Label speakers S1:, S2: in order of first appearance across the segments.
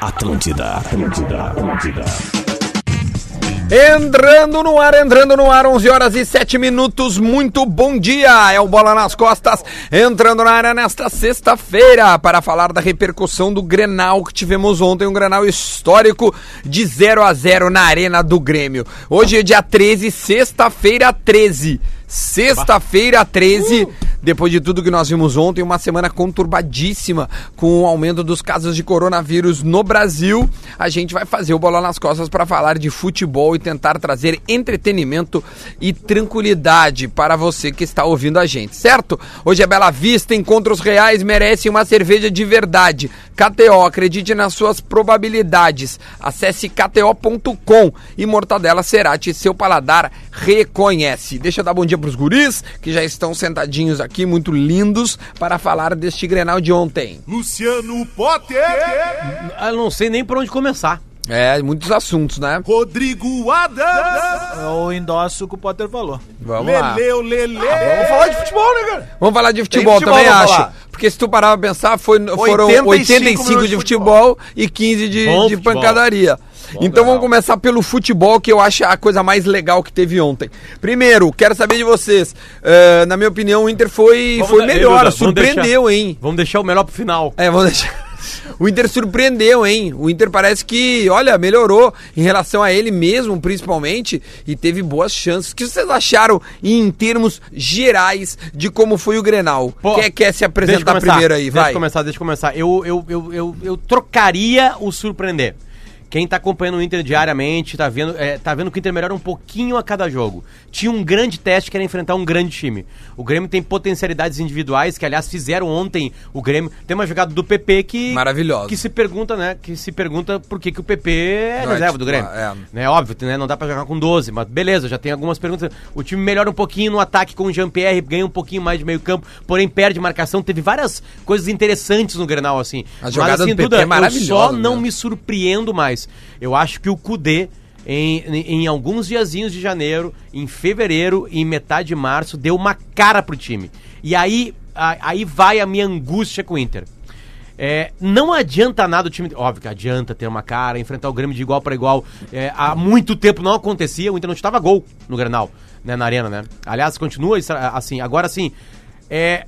S1: Atlântida, Atlântida, Atlântida.
S2: Entrando no ar, entrando no ar, 11 horas e 7 minutos. Muito bom dia, é o Bola nas Costas. Entrando na área nesta sexta-feira para falar da repercussão do grenal que tivemos ontem. Um grenal histórico de 0 a 0 na Arena do Grêmio. Hoje é dia 13, sexta-feira 13. Sexta-feira 13, depois de tudo que nós vimos ontem, uma semana conturbadíssima com o aumento dos casos de coronavírus no Brasil. A gente vai fazer o Bola nas Costas para falar de futebol e tentar trazer entretenimento e tranquilidade para você que está ouvindo a gente, certo? Hoje é Bela Vista, encontros reais merecem uma cerveja de verdade. KTO, acredite nas suas probabilidades. Acesse kto.com e Mortadela Cerati, seu paladar reconhece. Deixa eu dar bom dia pros guris, que já estão sentadinhos aqui, muito lindos, para falar deste Grenal de ontem.
S3: Luciano Potter,
S4: Ah, Eu não sei nem por onde começar.
S2: É, muitos assuntos, né?
S3: Rodrigo Adams,
S5: Eu endosso o que o Potter falou.
S2: Vamos lá.
S3: Leleu Lele.
S4: Vamos falar de futebol, né, cara?
S2: Vamos falar de futebol,
S4: futebol,
S2: também
S4: vamos
S2: acho.
S4: falar.
S2: Porque se tu parar pra pensar, foi, foram
S4: 85
S2: 85
S4: minutos
S2: de
S4: de
S2: futebol e 15 de,
S4: Bom
S2: de
S4: futebol.
S2: pancadaria. então vamos começar pelo futebol, que eu acho a coisa mais legal que teve ontem. Primeiro, quero saber de vocês. eh, na minha opinião, o Inter foi,
S4: Vamos
S2: foi
S4: dar-
S2: melhor,
S4: Ei, Duda, vamos
S2: surpreendeu,
S4: deixar-
S2: hein?
S4: Vamos deixar o melhor pro final.
S2: É, vamos deixar. O Inter surpreendeu, hein? O Inter parece que, olha, melhorou em relação a ele mesmo, principalmente, e teve boas chances. O que vocês acharam em termos gerais de como foi o Grenal?
S4: Pô,
S2: Quem é que quer se
S4: Deixa eu
S2: apresentar
S4: começar,
S2: primeiro aí?
S4: Deixa
S2: Vai.
S4: eu começar, deixa eu começar. Eu, eu, eu, eu, eu trocaria o surpreender. Quem tá acompanhando o Inter diariamente, tá vendo, é, tá vendo que o Inter melhora um pouquinho a cada jogo. Tinha um grande teste que era enfrentar um grande time. O Grêmio tem potencialidades individuais, que aliás fizeram ontem o Grêmio. Tem uma jogada do PP que.
S2: Maravilhosa.
S4: Que se pergunta, né? Que se pergunta por que, que o PP é
S2: Não é
S4: reserva do Grêmio.
S2: titular, é.
S4: né? Óbvio, né? Não dá pra jogar com 12, mas beleza, já tem algumas perguntas. O time melhora um pouquinho no ataque com o Jean-Pierre, ganha um pouquinho mais de meio campo, porém perde marcação. Teve várias coisas interessantes no Grenal, assim.
S2: A jogada do PP é
S4: eu só
S2: maravilhosa,
S4: não
S2: né?
S4: me surpreendo mais. Eu acho que o Kudê, em, em, em alguns diazinhos de janeiro, em fevereiro e em metade de março, deu uma cara pro time. E aí, a- aí vai a minha angústia com o Inter. É, não adianta nada o time. Óbvio que adianta ter uma cara, enfrentar o Grêmio de igual para igual. É, há muito tempo não acontecia, o Inter não estava gol no Granal, né, na Arena, né? Aliás, continua estra- assim. Agora sim, é,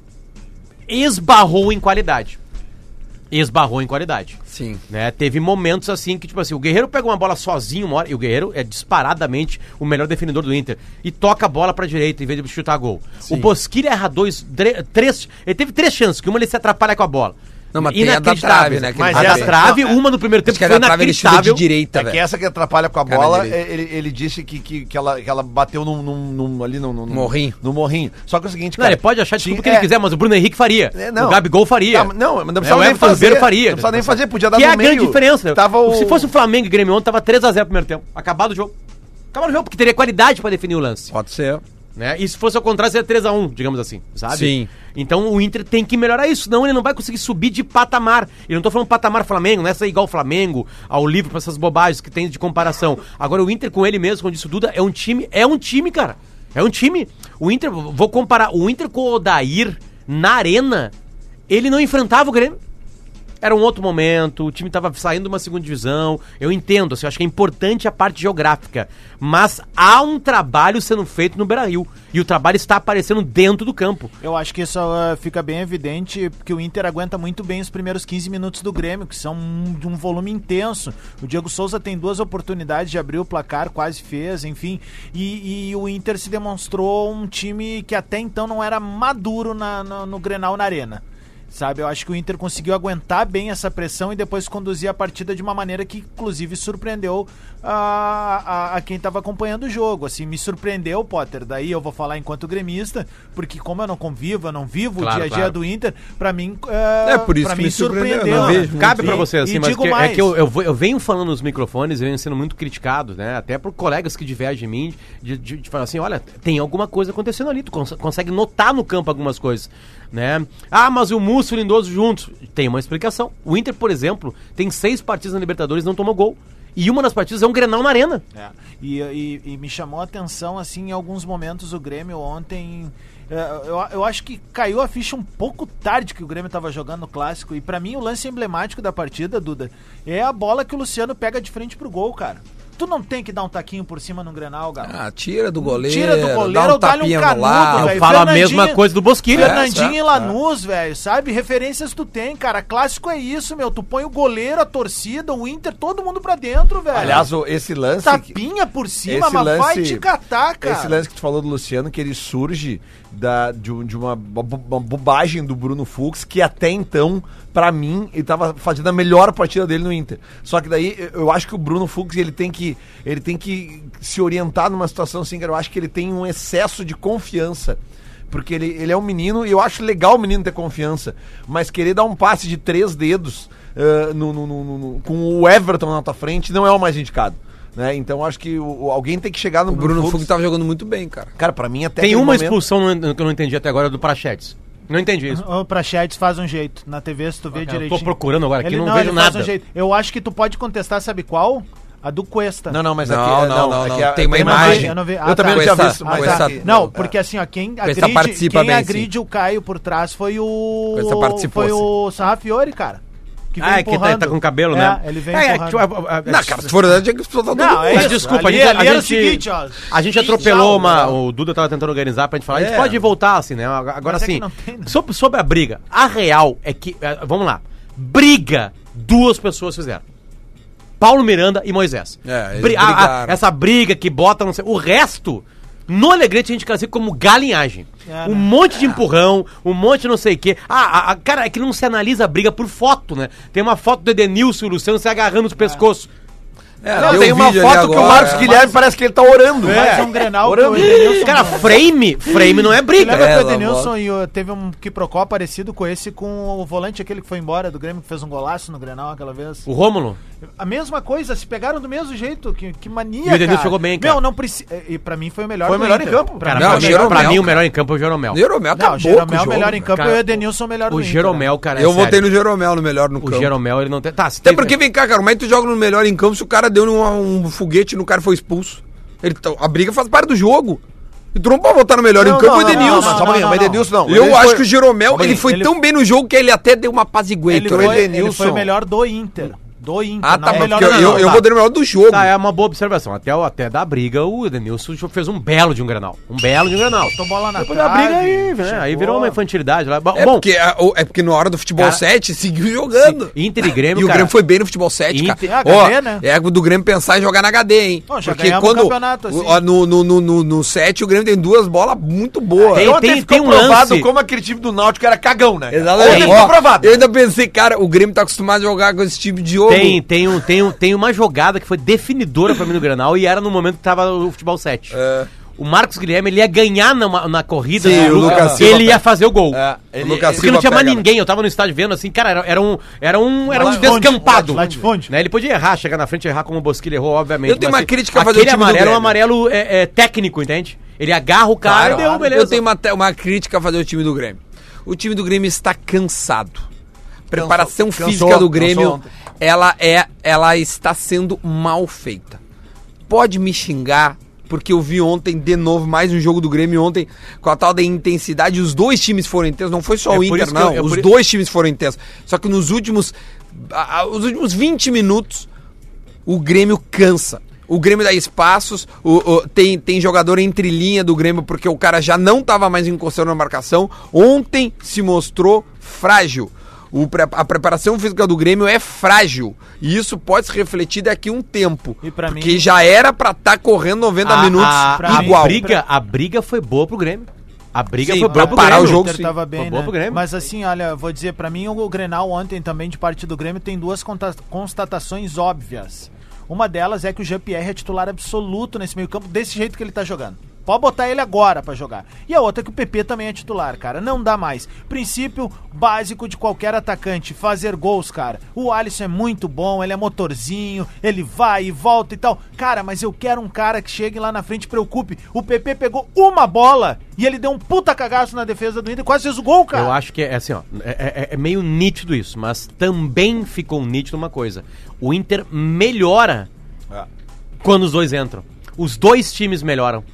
S4: esbarrou em qualidade. Esbarrou em qualidade
S2: Sim.
S4: né? Teve momentos assim que, tipo assim, o Guerreiro pega uma bola sozinho uma hora, e o Guerreiro é disparadamente o melhor defendedor do Inter. E toca a bola pra direita em vez de chutar gol. O Bosquilha erra dois, dre- três. Ele teve três chances, que uma ele se atrapalha com a bola.
S2: Não, mas tem a da trave, né, que
S4: Mas
S5: ele
S4: a da
S5: fez.
S4: trave,
S5: Não, é-
S4: uma no primeiro tempo
S2: Acho que
S4: foi
S2: era a trave ele chuta de
S4: inacreditável.
S2: direita,
S5: É que
S2: velho.
S5: essa que atrapalha com a
S2: Tá Cara
S5: bola,
S2: direito.
S5: ele, ele disse que, que, que, ela, que ela bateu num, num, num- ali num, num-
S2: Morrinho.
S5: num morrinho. Só que é o seguinte,
S4: Não, ele pode achar
S5: tinha-
S4: desculpa o que ele
S5: é,
S4: quiser, mas o Bruno Henrique faria.
S5: É, não.
S4: O Gabigol faria.
S5: Tá, mas não, mas não
S4: É,
S5: precisava
S4: o
S5: nem
S4: Everton
S5: fazer.
S4: Ribeiro faria.
S5: Não precisava nem fazer, podia dar
S4: Que
S5: no
S4: é a
S5: meio.
S4: grande diferença. né?
S5: Tava o-
S4: Se fosse o Flamengo e Grêmio ontem, tava 3x0 no primeiro tempo. Acabado o jogo. Acabado o jogo, porque teria qualidade pra definir o lance.
S2: Pode ser.
S4: né? E se fosse ao contrário, seria 3x1, digamos assim, sabe?
S2: Sim.
S4: Então o Inter tem que melhorar isso, senão ele não vai conseguir subir de patamar. E não tô falando patamar Flamengo, não é ser igual o Flamengo, ao livro, pra essas bobagens que tem de comparação. Agora o Inter com ele mesmo, como disse o Duda, é um time, é um time, cara. É um time. O Inter, vou comparar, o Inter com o Odair na arena, ele não enfrentava o Grêmio era um outro momento, o time tava saindo de uma segunda divisão. Eu entendo, assim, eu acho que é importante a parte geográfica. Mas há um trabalho sendo feito no Beira Rio. E o trabalho está aparecendo dentro do campo.
S6: Eu acho que isso ah, fica bem evidente porque o Inter aguenta muito bem os primeiros 15 minutos do Grêmio, que são um- de um volume intenso. O Diego Souza tem duas oportunidades de abrir o placar, quase fez, enfim. E, e o Inter se demonstrou um time que até então não era maduro na- na- no Grenal na Arena. Sabe, eu acho que o Inter conseguiu aguentar bem essa pressão e depois conduzir a partida de uma maneira que, inclusive, surpreendeu a, a, a quem estava acompanhando o jogo. Assim, me surpreendeu, Potter. Daí eu vou falar enquanto gremista, porque como eu não convivo, eu não vivo
S4: Claro,
S6: o dia a dia
S4: claro.
S6: do Inter, pra mim. eh,
S2: É por isso
S6: pra
S2: que
S6: mim
S2: me surpreendeu, eu não
S6: né?
S2: vejo muito.
S4: Cabe
S6: E-
S4: pra você,
S6: e
S4: assim, mas
S6: digo
S4: que-
S6: mais,
S4: é que eu, eu vou- eu venho falando nos microfones, eu venho sendo muito criticado, né? Até por colegas que divergem de mim, de, de- de falar assim, olha, tem alguma coisa acontecendo ali, tu cons- consegue notar no campo algumas coisas, né? Ah, mas o Musso e o Lindoso juntos. Tem uma explicação. O Inter, por exemplo, tem seis partidas na Libertadores e não tomou gol. E uma das partidas é um Grenal na Arena.
S6: É. E, e- e me chamou a atenção, assim, em alguns momentos o Grêmio ontem eh, eu, eu acho que caiu a ficha um pouco tarde que o Grêmio estava jogando no clássico. E pra mim o lance emblemático da partida, Duda, é a bola que o Luciano pega de frente pro gol, cara. Tu não tem que dar um taquinho por cima num Grenal,
S5: É.
S6: galera.
S2: Ah, tira do goleiro.
S6: Tira do goleiro,
S2: dá
S6: ou
S2: um
S6: dá-lhe um
S2: tapinha no
S6: canudo,
S2: lado.
S6: velho.
S4: Fala a
S6: Fernandinho-
S4: mesma coisa do Bosquilha.
S5: É,
S6: Fernandinho
S2: certo,
S6: e Lanús, velho, sabe? Referências tu tem, cara. Clássico é isso, meu. Tu põe o goleiro, a torcida, o Inter, todo mundo pra dentro, velho.
S5: Aliás, o- esse lance.
S6: tapinha por cima,
S5: esse
S6: mas vai
S5: lance-
S6: te catar, cara.
S5: Esse lance que tu falou do Luciano, que ele surge da, de, um- de uma, bo- bo- uma bobagem do Bruno Fux, que até então, pra mim, ele tava fazendo a melhor partida dele no Inter. Só que daí eu- eu acho que o Bruno Fux ele tem que, ele tem que se orientar numa situação assim, cara. Eu acho que ele tem um excesso de confiança. Porque ele, ele é um menino, e eu acho legal o menino ter confiança. Mas querer dar um passe de três dedos eh, no- no- no- no- no- com o Everton na tua frente não é o mais indicado. Né? Então eu acho que o- o- alguém tem que chegar no
S2: O Bruno Fux tava jogando muito bem, cara.
S5: Cara, pra mim até.
S4: Tem
S5: aquele
S4: uma
S5: momento-
S4: expulsão no- que eu não entendi até agora do Prachetes. Não entendi isso.
S6: O Prachedes faz um jeito. Na TV, se tu vê
S4: Ah, Eu tô
S6: direitinho.
S4: procurando agora aqui,
S6: Ele-
S4: não vejo
S6: ele faz um
S4: nada.
S6: Eu acho que tu pode contestar, sabe qual? A do Cuesta.
S5: Não, não, mas
S2: Não,
S5: aqui. é-
S2: não, não,
S5: é
S2: não.
S5: que a-
S2: Tem uma
S5: eu não vi-
S2: imagem.
S5: Eu, não vi-
S6: Ah,
S5: eu também
S6: tá.
S5: não tinha
S2: Com essa-
S5: visto.
S2: com
S5: mas
S2: essa-
S5: tá.
S2: Sim.
S6: Não, porque assim, ó, quem
S2: essa
S6: agride,
S2: participa
S6: quem
S2: bem,
S6: agride o Caio por trás foi o.
S2: Essa participou,
S6: foi
S2: sim.
S6: o Sarrafiori, cara. Que
S4: Ah, é que tá,
S6: empurrando.
S4: tá com cabelo,
S6: É,
S4: né?
S6: Ele vem
S4: é,
S6: empurrando.
S4: tipo, a- a- a-
S2: Não, cara, se for verdade, tinha que expulsar todo
S6: Não,
S2: mundo.
S6: é
S4: Mas
S6: isso.
S4: desculpa,
S6: ali,
S4: a gente-
S6: ali
S4: a
S6: era o
S4: gente-
S6: seguinte, ó.
S4: A gente
S6: Tchau,
S4: atropelou uma.
S6: né?
S4: O Duda tava tentando organizar pra gente falar. A gente
S5: É.
S4: pode voltar, assim, né? Agora
S6: Mas é que
S4: sim.
S6: não tem, né?
S4: sobre, sobre a briga, a real é que. eh, Vamos lá. Briga, duas pessoas fizeram. Paulo Miranda e Moisés.
S2: É, eles
S4: Bri- a- a-
S2: brigaram.
S4: essa briga que bota, não sei. O resto, no Alegrete a gente classifica como galinhagem.
S6: É,
S4: um
S6: né?
S4: monte de empurrão, um monte de não sei o quê. Ah, a- a- cara, é que não se analisa a briga por foto, né? Tem uma foto do Edenilson e o Luciano se agarrando os pescoços.
S2: É,
S5: Não,
S2: eu
S5: tem
S2: vi
S5: uma
S2: ali
S5: foto que o
S2: agora,
S5: Marcos
S2: é.
S5: Guilherme parece que ele tá orando.
S6: Mais
S5: É.
S6: um Grenal que o
S5: Orando.
S6: Edenilson
S4: Cara, frame, frame não é briga.
S6: Lembra que o
S2: ela
S6: Edenilson
S2: volta.
S6: e o- teve um quiprocó parecido com esse com o volante aquele que foi embora do Grêmio, que fez um golaço no Grenal aquela vez?
S4: O Rômulo?
S6: A mesma coisa, se pegaram do mesmo jeito. Que, que mania,
S4: E o Edenilson jogou bem, cara.
S6: Não, não precisa... E pra mim foi o melhor
S5: Foi o
S6: do
S5: melhor em
S6: Inter.
S5: campo.
S6: Pra
S4: Cara,
S6: mim
S2: Não, é
S4: pra,
S6: foi
S2: o
S4: mim,
S6: melhor.
S2: Jeromel,
S4: pra mim o
S2: cara.
S4: melhor em campo é o Jeromel.
S2: O Jeromel
S6: Não, o
S2: acabou com
S6: Jeromel
S2: o jogo,
S6: melhor em campo
S4: cara.
S6: e o Edenilson melhor
S4: O
S6: Inter,
S4: Jeromel, cara, é
S2: Eu
S4: sério.
S2: votei no Jeromel no melhor no
S4: O
S2: campo.
S4: Jeromel, ele não tem... Tá, se
S2: Até
S4: tem-
S2: porque, vem cá, cara, mas tu joga no melhor em campo se o cara deu um, um foguete e no cara foi expulso. Ele, tá- a briga faz parte do jogo. E tu não pode votar no melhor em campo, o
S5: Não,
S2: Edenilson.
S5: mas só um pouquinho,
S6: não,
S5: mas
S6: não.
S5: Edenilson não.
S2: eu
S5: Ele
S2: acho
S5: foi-
S2: que o Jeromel, ele
S5: Ele-
S2: foi tão bem no jogo que ele até deu uma
S6: Ele
S2: apaziguator.
S6: foi,
S2: Ele-
S6: ele foi o
S5: Edenilson.
S6: melhor do Inter. Do Inter.
S2: Ah, tá,
S6: não é
S2: mas
S6: melhor
S2: porque eu,
S6: do
S2: eu,
S6: Grenal.
S2: eu vou dar no melhor do jogo.
S4: Tá, é uma boa observação. Até, o- até da briga, o Edenilson jo- fez um belo de um Granal. Um belo de um Granal.
S6: Botou bola na
S4: Depois da
S6: trave,
S4: briga aí, né? Aí
S6: chegou.
S4: virou uma infantilidade lá. Bom,
S2: É, porque, a- o- é porque na hora do futebol
S4: Cara,
S2: 7 seguiu jogando.
S4: Inter e
S2: E
S4: Grêmio,
S2: o
S4: cara,
S2: Grêmio foi bem no futebol 7, cara.
S4: Inter-
S6: Ah,
S2: Ó,
S6: HD, né?
S2: É do Grêmio pensar em jogar na HD, hein?
S6: Não, já ganhamos o campeonato, assim.
S2: ó, no, no, no, no, no 7 o Grêmio tem duas bolas muito boas.
S4: Tem-
S5: Ontem
S4: tem-
S5: ficou
S4: tem um
S5: provado
S4: lance.
S5: como aquele time do Náutico era cagão, né?
S2: Exatamente.
S5: Ontem
S2: Ó,
S6: tá
S5: ficou provado.
S2: Eu ainda pensei, cara, o Grêmio tá acostumado a jogar com esse tipo de jogo.
S4: Tem, tem, um, tem, um, tem uma jogada que foi definidora pra mim no Granal e era no momento que tava o futebol 7.
S2: É.
S4: O Marcos Guilherme, ele ia ganhar na, na corrida,
S2: Sim,
S4: do
S2: o
S4: Lucas,
S2: Lucas Silva
S4: ele ia fazer o gol.
S5: É,
S2: O
S5: ele-
S2: Lucas
S4: Porque não
S2: Silva
S4: tinha mais
S2: pega, né?
S4: ninguém, eu tava no estádio vendo assim, cara, era, era um, era um, era um
S6: Latifúndio,
S4: descampado.
S6: latifúndio.
S4: Né? Ele podia errar, chegar na frente e errar como o Bosquilha errou, obviamente.
S2: Eu tenho
S4: mas,
S2: uma
S4: assim,
S2: crítica a fazer
S4: aquele
S2: ao time do
S4: amarelo é
S2: Grêmio.
S4: um amarelo é, é, técnico, entende? Ele agarra o cara
S2: Claro,
S4: e deu, beleza.
S2: Eu tenho uma, te- uma crítica a fazer o time do Grêmio. O time do Grêmio está cansado. Preparação
S5: Cansou,
S2: física
S5: cansou,
S2: do Grêmio,
S5: cansou ontem.
S2: ela é, ela está sendo mal feita. Pode me xingar, porque eu vi ontem de novo mais um jogo do Grêmio ontem com a tal da intensidade. Os dois times foram intensos, não foi só
S4: É
S2: o
S4: por
S2: Inter,
S4: isso que
S2: não.
S4: eu- é
S2: os
S4: por-
S2: dois times foram intensos. Só que nos últimos, a- a- os últimos 20 minutos o Grêmio cansa. O Grêmio dá espaços, o- o- tem, tem jogador entre linha do Grêmio porque o cara já não estava mais encostando na marcação. Ontem se mostrou frágil. O pre- a preparação física do Grêmio é frágil. E isso pode se refletir daqui a um tempo.
S6: E pra
S2: porque
S6: mim- Ah,
S2: já era pra estar correndo 90 minutos
S6: pra mim-
S2: igual.
S4: A briga, a briga foi boa pro Grêmio. A briga
S2: Sim,
S4: foi boa
S2: pra
S4: pro
S2: parar
S4: Grêmio.
S2: o jogo,
S6: Inter
S2: sim.
S6: tava
S4: Foi
S6: bem,
S4: bom
S6: né?
S4: pro Grêmio.
S6: Mas assim, olha, vou dizer, pra mim o Grenal ontem também de parte do Grêmio tem duas conta- constatações óbvias. Uma delas é que o Jean-Pierre é titular absoluto nesse meio-campo desse jeito que ele tá jogando. Pode botar ele agora pra jogar. E a outra é que o PP também é titular, cara. Não dá mais. Princípio básico de qualquer atacante, fazer gols, cara. O Alisson é muito bom, ele é motorzinho, ele vai e volta e tal. Cara, mas eu quero um cara que chegue lá na frente e preocupe. O PP pegou uma bola e ele deu um puta cagaço na defesa do Inter, e quase fez o gol, cara.
S4: Eu acho que é assim, ó. É, é- é meio nítido isso, mas também ficou nítido uma coisa. O Inter melhora quando os dois entram. Os dois times melhoram.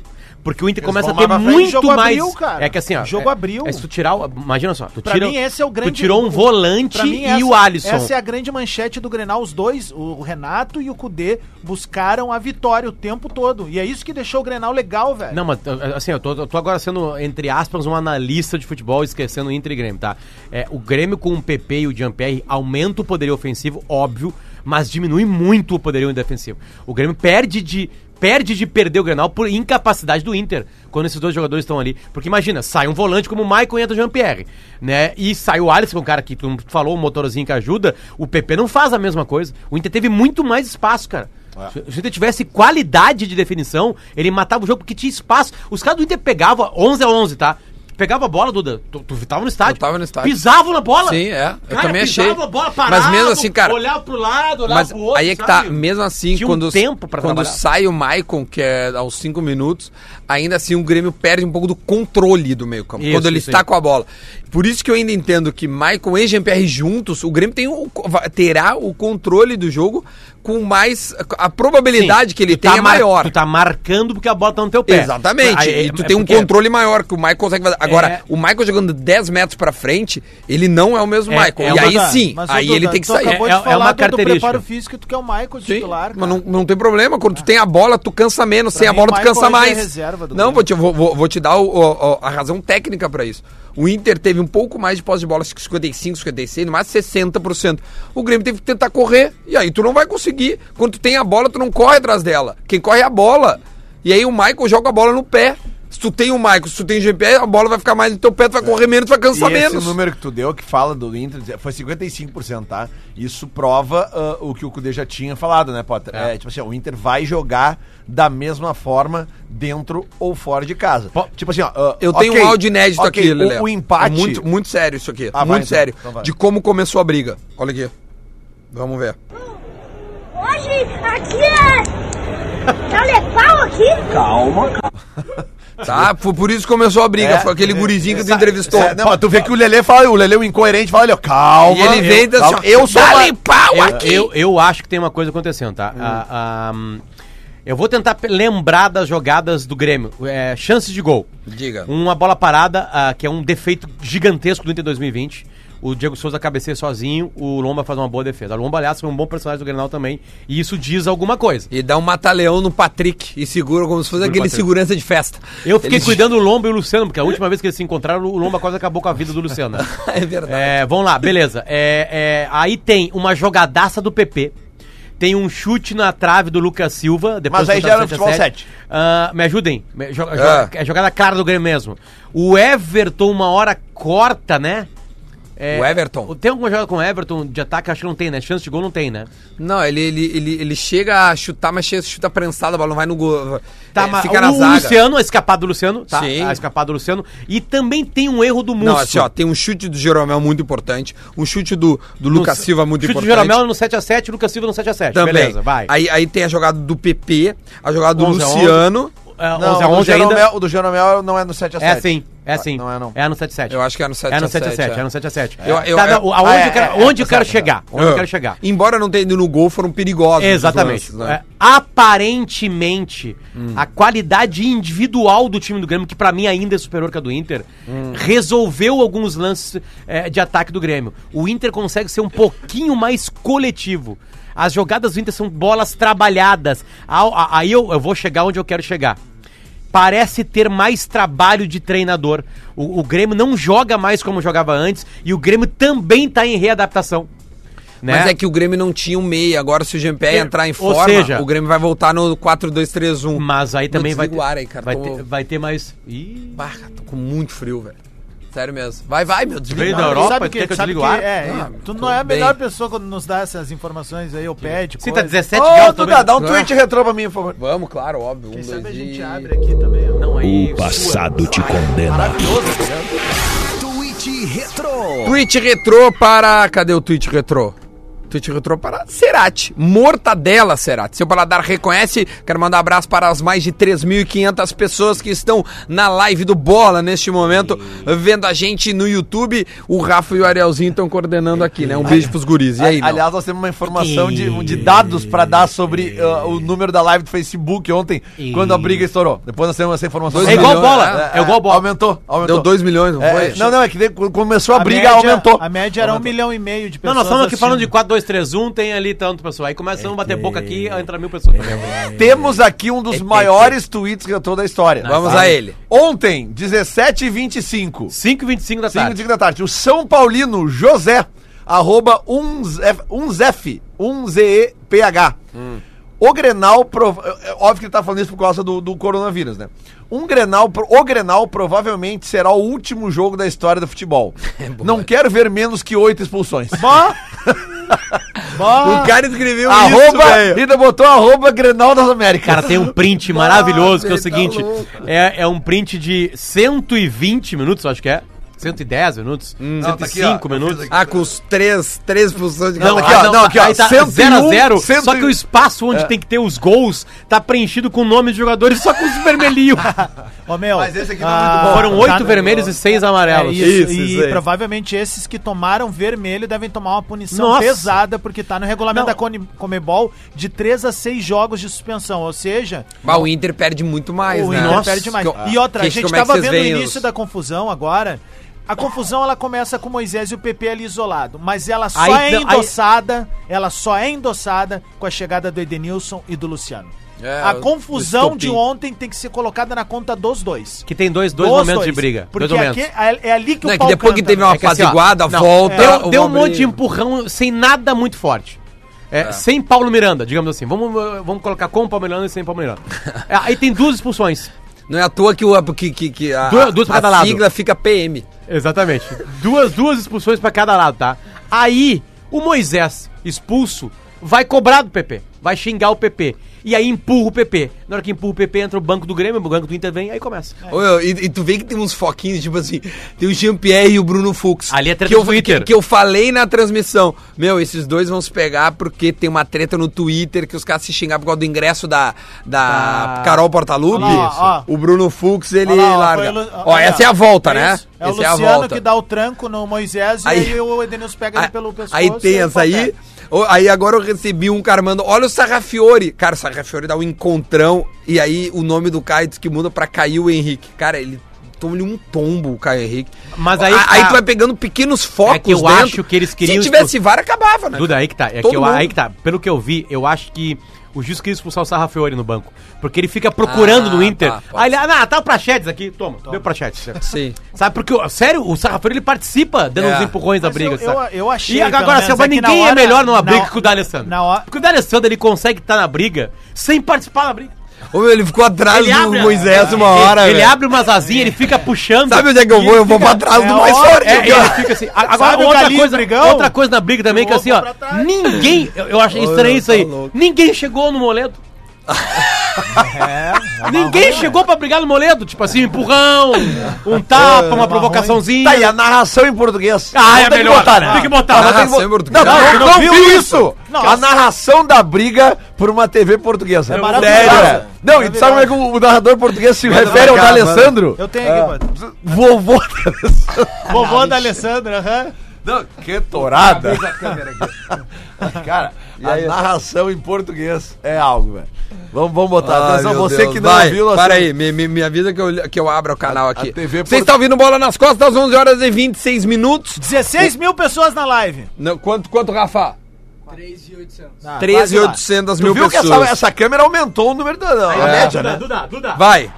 S4: Porque o Inter começa a ter
S6: vão lá pra frente.
S4: muito
S6: Jogo
S4: mais.
S6: abriu, cara.
S4: É que assim, ó.
S6: Jogo
S4: é-
S6: abriu.
S4: É, se tu tirar. o- Imagina só. Tu
S6: Pra
S4: tira,
S6: mim, esse é o grande-
S4: Tu tirou um
S6: o-
S4: volante
S6: Pra mim,
S4: e
S6: essa-
S4: o Alisson.
S6: Essa é a grande manchete do Grenal. Os dois, o Renato e o Cudê, buscaram a vitória o tempo todo. E é isso que deixou o Grenal legal, velho.
S4: Não, mas assim, eu tô, eu tô agora sendo, entre aspas, um analista de futebol, esquecendo o Inter e Grêmio, tá? É, o Grêmio com o PP e o Jean-Pierre aumenta o poderio ofensivo, óbvio, mas diminui muito o poderio defensivo. O Grêmio perde de. Perde de perder o Grenal por incapacidade do Inter, quando esses dois jogadores estão ali. Porque imagina, sai um volante como o Maicon e entra o Jean-Pierre, né? E sai o Alisson, o cara que tu falou, o motorzinho que ajuda, o PP não faz a mesma coisa. O Inter teve muito mais espaço, cara.
S2: É.
S4: Se se o Inter tivesse qualidade de definição, ele matava o jogo porque tinha espaço. Os caras do Inter pegavam 11 a 11, tá? Pegava a bola, Duda. Tu, tu tava no estádio.
S2: Eu tava no estádio.
S4: Pisavam na bola.
S2: Sim, é. Eu também achei.
S4: pisavam a bola,
S2: Mas
S4: paravam,
S2: mesmo assim, cara-
S4: Olhava pro lado, olhava
S2: Mas
S4: pro outro.
S2: aí é que
S4: sabe?
S2: tá, mesmo assim,
S4: Tinha um
S2: quando,
S4: tempo pra
S2: quando
S4: trabalhar.
S2: sai o Maicon, que é aos 5 minutos, ainda assim o Grêmio perde um pouco do controle do meio campo,
S4: Isso,
S2: quando ele
S4: isso
S2: está
S4: aí.
S2: com a bola. Por isso que eu ainda entendo que Maicon e Jean-Pierre juntos, o Grêmio tem o- va- terá o controle do jogo com mais... a probabilidade
S4: Sim,
S2: que ele
S4: tu tá
S2: tem é
S4: mar-
S2: maior.
S4: Tu tá marcando porque a bola tá no teu pé.
S2: Exatamente.
S4: Aí,
S2: e tu
S4: é
S2: tem um
S4: porque-
S2: controle maior que o Michael consegue fazer. Agora,
S4: É.
S2: o Michael jogando 10 metros pra frente, ele não é o mesmo
S4: É,
S2: Michael.
S4: é
S2: e
S4: uma-
S2: aí
S6: Duda,
S2: sim,
S6: mas, ô,
S2: aí
S6: Duda,
S2: ele tem que
S6: tu
S2: sair.
S6: Acabou
S4: É- é-
S6: de
S4: é
S6: falar
S4: uma
S6: do- do,
S4: característica.
S6: preparo físico que tu quer o Michael de
S2: Sim,
S6: titular, cara.
S2: mas não, não tem problema. Quando tu tem a bola, tu cansa menos. Sem a
S6: mim,
S2: bola, tu
S6: Michael hoje
S2: cansa
S6: é
S2: mais.
S6: reserva do
S2: não,
S6: Grêmio.
S2: vou te, vou, vou- vou te dar o- o- o- a razão técnica pra isso. O Inter teve um pouco mais de posse de bola, acho que 55, 56, no máximo 60%. O Grêmio teve que tentar correr. E aí tu não vai conseguir. Quando tu tem a bola, tu não corre atrás dela. Quem corre é a bola. E aí o Michael joga a bola no pé. Se tu tem o Michael, se tu tem o GP, a bola vai ficar mais no teu pé, tu vai correr menos, tu vai
S5: E
S2: cansar
S5: esse
S2: menos.
S5: número que tu deu, que fala do Inter, foi 55%, tá? Isso prova ah, o que o Cudê já tinha falado, né, Potter? É. tipo assim, ó, o Inter vai jogar da mesma forma dentro ou fora de casa.
S4: Po-
S5: tipo assim, ó, ah,
S2: Eu tenho
S5: ok,
S2: um áudio inédito
S5: ok,
S2: aqui,
S5: o-
S2: Lelé.
S5: O, empate...
S2: É muito, muito sério isso aqui.
S5: Ah, vai,
S2: muito
S5: então.
S2: sério.
S5: Então vai.
S2: de como começou a briga. Olha aqui. Vamos ver.
S7: Hoje aqui é. É o legal aqui?
S2: Tá? Foi por isso que começou a briga.
S5: É,
S2: Foi aquele gurizinho que tu entrevistou.
S5: É, não, mas tu vê que o Lelê fala, o Lelê é um incoerente, fala, olha, calma.
S2: e assim, ele vem
S5: eu,
S2: da
S5: calma, eu sou
S2: Dá-lhe
S5: uma-
S2: pau
S4: Eu,
S2: aqui!
S4: eu, eu acho que tem uma coisa acontecendo, tá? A- a- hum, eu vou tentar pe- lembrar das jogadas do Grêmio. É, chances de gol.
S2: Diga.
S4: Uma bola parada, ah, que é um defeito gigantesco do Inter 2020. O Diego Souza cabeceia sozinho, o Lomba faz uma boa defesa. O Lomba, aliás, foi um bom personagem do Grenal também. E isso diz alguma coisa.
S2: E dá um mataleão no Patrick e segura como se fosse aquele
S4: Patrick.
S2: segurança de festa.
S4: Eu fiquei
S2: Ele-
S4: cuidando do Lomba e o Luciano, porque a última vez que eles se encontraram, o Lomba quase acabou com a vida do Luciano.
S2: É verdade.
S4: É, vamos lá, beleza. É, é, aí tem uma jogadaça do PP. Tem um chute na trave do Lucas Silva. Depois
S5: Mas
S4: do
S5: aí já era
S4: contato
S5: futebol
S4: 77.
S5: sete.
S4: Ah, me ajudem. Me- joga-
S2: Ah.
S4: joga- é jogada clara do Grêmio mesmo. O Everton, uma hora, corta, né? É,
S2: O Everton?
S4: Tem alguma jogada com o Everton de ataque? Acho que não tem, né? Chance de gol não tem, né?
S2: Não, ele, ele, ele, ele chega a chutar, mas chega, chuta prensada, a bola não vai no gol.
S4: Tá,
S2: É,
S4: mas
S2: fica
S4: o,
S2: na
S4: o
S2: zaga.
S4: Luciano, a escapada do Luciano, tá?
S2: Sim.
S4: A escapada do Luciano. E também tem um erro do Musso.
S2: Não, assim, ó, tem um chute do Jeromel muito importante, um chute do, do Lucas
S4: No-
S2: Silva é muito
S4: chute
S2: importante.
S4: do Jeromel no 7x7, Lucas Silva no 7x7.
S2: Também.
S4: Beleza, vai.
S2: Aí, aí tem a jogada do PP, a jogada do
S4: 11 a 11.
S2: Luciano.
S4: É,
S5: Não,
S4: 11
S5: o
S4: a
S5: do
S4: 11 ainda.
S5: Jeromel- o do Jeromel não é no 7x7.
S4: É sim, é sim.
S5: Não é não.
S4: É no 7x7.
S2: Eu acho que é no 7
S4: É no
S2: a 7,
S4: 7x7,
S2: é.
S4: é no 7x7.
S2: Eu- eu-
S4: Tá,
S2: é-
S4: não, aonde
S5: é,
S4: eu quero,
S5: é, é,
S4: onde eu
S5: tá
S4: quero
S5: certo,
S4: chegar? Onde eu
S2: Ah.
S4: quero chegar?
S2: Embora não tenha ido no gol, foram perigosos. os
S4: Exatamente.
S2: lances, né? Hum.
S4: É, aparentemente, a qualidade individual do time do Grêmio, que pra mim ainda é superior que a do Inter,
S2: Hum.
S4: resolveu alguns lances é, de ataque do Grêmio. O Inter consegue ser um pouquinho mais coletivo. As jogadas do Inter são bolas trabalhadas. Ao- a- Aí eu, eu vou chegar onde eu quero chegar. Parece ter mais trabalho de treinador. O, o Grêmio não joga mais como jogava antes e o Grêmio também tá em readaptação. né?
S2: Mas é que o Grêmio não tinha um meia. Agora, se o Jean-Pierre
S4: É,
S2: entrar em
S4: ou
S2: forma,
S4: seja-
S2: o Grêmio vai voltar no 4-2-3-1.
S4: Mas aí
S2: Vou
S4: também vai
S2: desligar o
S4: ter,
S2: ar aí, cara.
S4: vai,
S2: Tô-
S4: ter, vai ter mais. Ih,
S2: Bah, cara, tô com muito frio, velho. Sério mesmo. Vai, vai, meu. Desliga.
S4: Veio
S2: o ar.
S4: é da Europa?
S6: sabe
S4: quer que eu
S6: sabe
S4: desligue o ar?
S6: É,
S2: Ah,
S6: tu
S2: tudo
S6: não é a melhor
S2: bem.
S6: pessoa quando nos dá essas informações aí, eu pede.
S4: Sim, tá 17
S5: Ô,
S4: graus
S5: Duda,
S4: também.
S5: dá um tweet retrô pra mim, por favor.
S2: Vamos, claro, óbvio. Um,
S6: Quem
S2: dois
S6: sabe a gente
S2: e-
S6: abre aqui também, ó.
S4: Não, aí
S1: O
S4: sua.
S1: passado te condena.
S2: Tweet retrô para... Cadê o tweet retrô? Tweet retrô para Cerati. Mortadela Cerati. Seu paladar reconhece. Quero mandar um abraço para as mais de 3.500 pessoas que estão na live do Bola neste momento, vendo a gente no YouTube. O Rafa e o Arielzinho estão coordenando aqui, né? Um beijo pros guris. E aí, Nal?
S5: Aliás, nós temos uma informação de, de dados pra dar sobre ah, o número da live do Facebook ontem, quando a briga estourou. Depois nós temos essa informação.
S2: Dois É igual
S5: milhões,
S2: bola,
S5: né?
S4: é igual bola.
S5: Aumentou, aumentou.
S2: deu 2 milhões, não
S5: É,
S2: foi?
S5: é, não, não, é que de- quando começou a, briga,
S6: média-
S5: aumentou.
S6: A média era um milhão e meio de
S4: Não,
S6: pessoas.
S4: nós estamos
S2: tá
S4: aqui falando de
S6: assistindo.
S4: 4, 2, 3, 1, tem ali tanto, pessoal. Aí começa um bater boca aqui, entra mil pessoas.
S5: Temos aqui um dos maiores tweets que toda a história.
S2: Vamos
S5: Tá?
S2: a ele.
S5: Ontem, 17h25.
S4: 5 25 da
S5: 5
S4: tarde.
S5: h da tarde. O São Paulino José, arroba 1ZF, 1ZEPH.
S2: Hum.
S5: O Grenal, prov... é- é óbvio que ele tá falando isso por causa do, do coronavírus, né? Um Grenal, pro- o Grenal provavelmente será o último jogo da história do futebol.
S2: É
S5: Não quero ver menos que oito expulsões.
S2: O cara escreveu
S5: arroba,
S2: velho.
S5: ainda botou arroba Grenal das Américas.
S4: Cara, tem um print maravilhoso que é o
S2: ele tá
S4: seguinte:
S2: louco.
S4: é, é um print de 120 minutos, eu acho que é. 110 minutos?
S5: Hum. tá
S2: tá
S4: 105 minutos?
S2: Ah, com os três, três funções de
S4: Não,
S6: é
S2: cada
S4: aqui,
S5: ó,
S4: ah, não,
S5: não,
S4: não,
S5: aqui,
S4: aqui,
S5: ó, 101,
S4: 0
S5: 101.
S4: Só que o espaço onde tem que ter os gols tá preenchido com o nome de jogadores só com os vermelhinhos.
S6: Ô, meu,
S5: Mas esse aqui tá
S6: ah,
S5: muito bom.
S4: Foram oito
S6: tá-
S4: vermelhos e seis
S6: É
S4: amarelos.
S6: isso,
S2: Isso,
S6: e
S2: isso aí.
S6: provavelmente esses que tomaram vermelho devem tomar uma punição
S4: Nossa.
S6: pesada, porque tá no regulamento
S4: Não.
S6: da Cone- Comebol de 3 a 6 jogos de suspensão, ou seja,
S2: Mas o Inter perde muito mais,
S6: o
S2: né?
S6: Inter perde mais.
S2: Que-
S6: e outra,
S2: que-
S6: a gente
S2: como é que
S6: tava
S2: vocês
S6: vendo o
S2: veem os-
S6: início da confusão agora. A confusão ela começa com Moisés e o PP ali isolado, mas ela só
S4: Aí
S6: é
S4: não- aí-
S6: endossada, ela só é endossada com a chegada do Edenilson e do Luciano.
S2: É,
S6: a
S2: o-
S6: confusão
S2: o
S6: de
S2: estopim.
S6: ontem tem que ser colocada na conta dos dois.
S4: Que tem dois, dois
S6: Dos
S4: momentos de
S6: dois.
S4: briga.
S6: Porque
S4: dois momentos.
S6: aqui- é, é ali que
S2: Não, é
S6: o
S2: que
S6: pau
S2: depois
S6: canta,
S2: que teve
S6: né?
S2: uma
S4: É que assim, ó,
S2: apaziguada,
S4: não,
S2: volta.
S4: Deu,
S2: uma
S4: deu um monte de
S2: briga.
S4: empurrão sem nada muito forte. É, Sem Paulo Miranda, digamos assim. Vamos, eh, vamos colocar com o Paulo Miranda e sem Paulo Miranda. É, aí tem duas expulsões.
S2: Não é à toa que, o, que, que, que a,
S4: Duas- duas pra
S2: a
S4: cada lado.
S2: sigla fica PM.
S4: Exatamente. Duas, duas expulsões pra cada lado, tá? Aí, o Moisés, expulso, vai cobrar do PP. Vai xingar o PP. E aí empurra o PP. Na hora que empurra o PP, entra o banco do Grêmio, o banco do Inter vem, aí começa.
S6: É.
S2: Ô, meu, e, e tu vê que tem uns foquinhos, tipo assim, tem o Jean-Pierre e o Bruno Fux.
S4: Ali é treta
S2: que eu,
S4: no Twitter.
S2: Que, que eu falei na transmissão. Meu, esses dois vão se pegar porque tem uma treta no Twitter que os caras se xingaram por causa do ingresso da, da
S4: Ah.
S2: Carol Portaluppi.
S6: Olha lá, ó.
S2: O Bruno Fux, ele
S6: Olha lá, ó,
S2: larga.
S6: foi o Lu-
S2: Ó,
S6: olha,
S2: essa é a volta, né?
S6: isso. É o
S2: essa
S6: Luciano que dá o tranco no Moisés
S2: Aí-
S6: e aí o Edenilson pega ele
S2: Aí-
S6: pelo pescoço.
S2: Ah, Aí tem
S6: e é
S2: essa aí.
S6: empata.
S2: Ô, Aí agora eu recebi um cara mandando, olha o Sarrafiore. Cara, o Sarrafiore dá um encontrão. E aí o nome do Caio diz que muda pra Caio Henrique. Cara, ele toma-lhe um tombo, o Caio Henrique.
S4: Mas aí
S2: A- aí
S4: tá-
S2: tu vai pegando pequenos focos
S4: É que eu acho que eles queriam
S2: Se tivesse
S4: expulsar-
S2: vara, acabava, né?
S4: Duda, aí que tá. É
S2: Todo
S4: que eu-
S2: mundo.
S4: aí que tá. Pelo que eu vi, eu acho que o Gis queria expulsar o Sarra Fiori no banco. Porque ele fica procurando
S2: Ah,
S4: no Inter.
S2: tá, pode
S4: aí ele, ah, não, tá o Prachedes aqui. Toma, deu pra Prachedes.
S2: Sim.
S4: Sabe, porque, ó, sério, o Sarra Fiori ele particica dando
S2: É.
S4: uns empurrões da
S6: Mas
S4: briga.
S6: eu-
S4: sabe?
S6: eu- eu achei,
S4: E
S6: pelo
S4: agora, assim,
S6: menos,
S4: mas
S6: é que na
S4: ninguém é
S6: hora-
S4: melhor numa
S6: na
S4: briga
S6: hora-
S4: que o D'Alessandro.
S6: na hora-
S4: Porque o D'Alessandro ele consegue estar na briga sem participar da briga.
S2: Ô, meu, ele ficou atrás do Moisés uma hora,
S4: ele, ele
S2: velho.
S4: abre umas asinhas, ele fica puxando.
S2: Sabe onde é que eu
S4: E
S2: vou?
S4: ele
S2: Eu vou
S4: fica-
S2: pra trás
S6: é
S2: do
S6: a
S2: mais
S6: hora-
S2: forte.
S4: é, ele fica assim. A- Agora,
S6: Sabe o
S4: outra,
S6: galinho
S4: coisa,
S6: brigão?
S4: outra coisa na briga também, que assim, ó. Ninguém. Eu, eu achei estranho isso aí.
S2: tá louco.
S4: ninguém chegou no moledo. ninguém chegou pra brigar no moledo. Tipo assim, um empurrão, um tapa, uma provocaçãozinha.
S5: Tá aí a narração em português.
S4: Ah, é
S5: tem
S4: melhor.
S5: que botar, né?
S4: Tem que botar. assim,
S5: Não, tem que
S2: Narração em
S5: bo-
S2: português.
S5: não,
S4: Não,
S5: não,
S4: eu
S5: não,
S4: não
S5: viu
S4: vi
S5: isso?
S6: Não,
S5: a
S6: eu-
S5: narração da briga por uma TV portuguesa.
S6: É maravilhoso.
S5: Sério. Não, e tu sabe como é que o o narrador português se refere ao
S2: marcar,
S5: D'Alessandro?
S6: Eu tenho aqui,
S4: Ah.
S6: mano.
S5: Vovô
S6: Vovô da Alessandra, aham.
S5: Não, que torada. Cara, a narração em português é algo, velho. Vamos, vamos botar.
S2: Ai,
S5: Atenção,
S2: meu
S5: você
S2: Deus,
S5: que não
S2: vai,
S5: viu...
S2: Para
S5: assim,
S2: aí, me, me, me avisa que eu, que eu abro o canal aqui.
S5: TV
S2: Vocês
S5: por-
S2: estão ouvindo Bola nas Costas, às 11 horas e 26 minutos.
S6: 16 mil pessoas na live.
S2: Não, quanto, quanto, Rafa?
S6: Ah, quase lá.
S2: 3.800
S5: Tu
S2: mil
S5: viu que
S2: pessoas.
S5: essa, essa câmera aumentou o número da da média, né?
S4: É. Duda, Duda.
S2: Vai.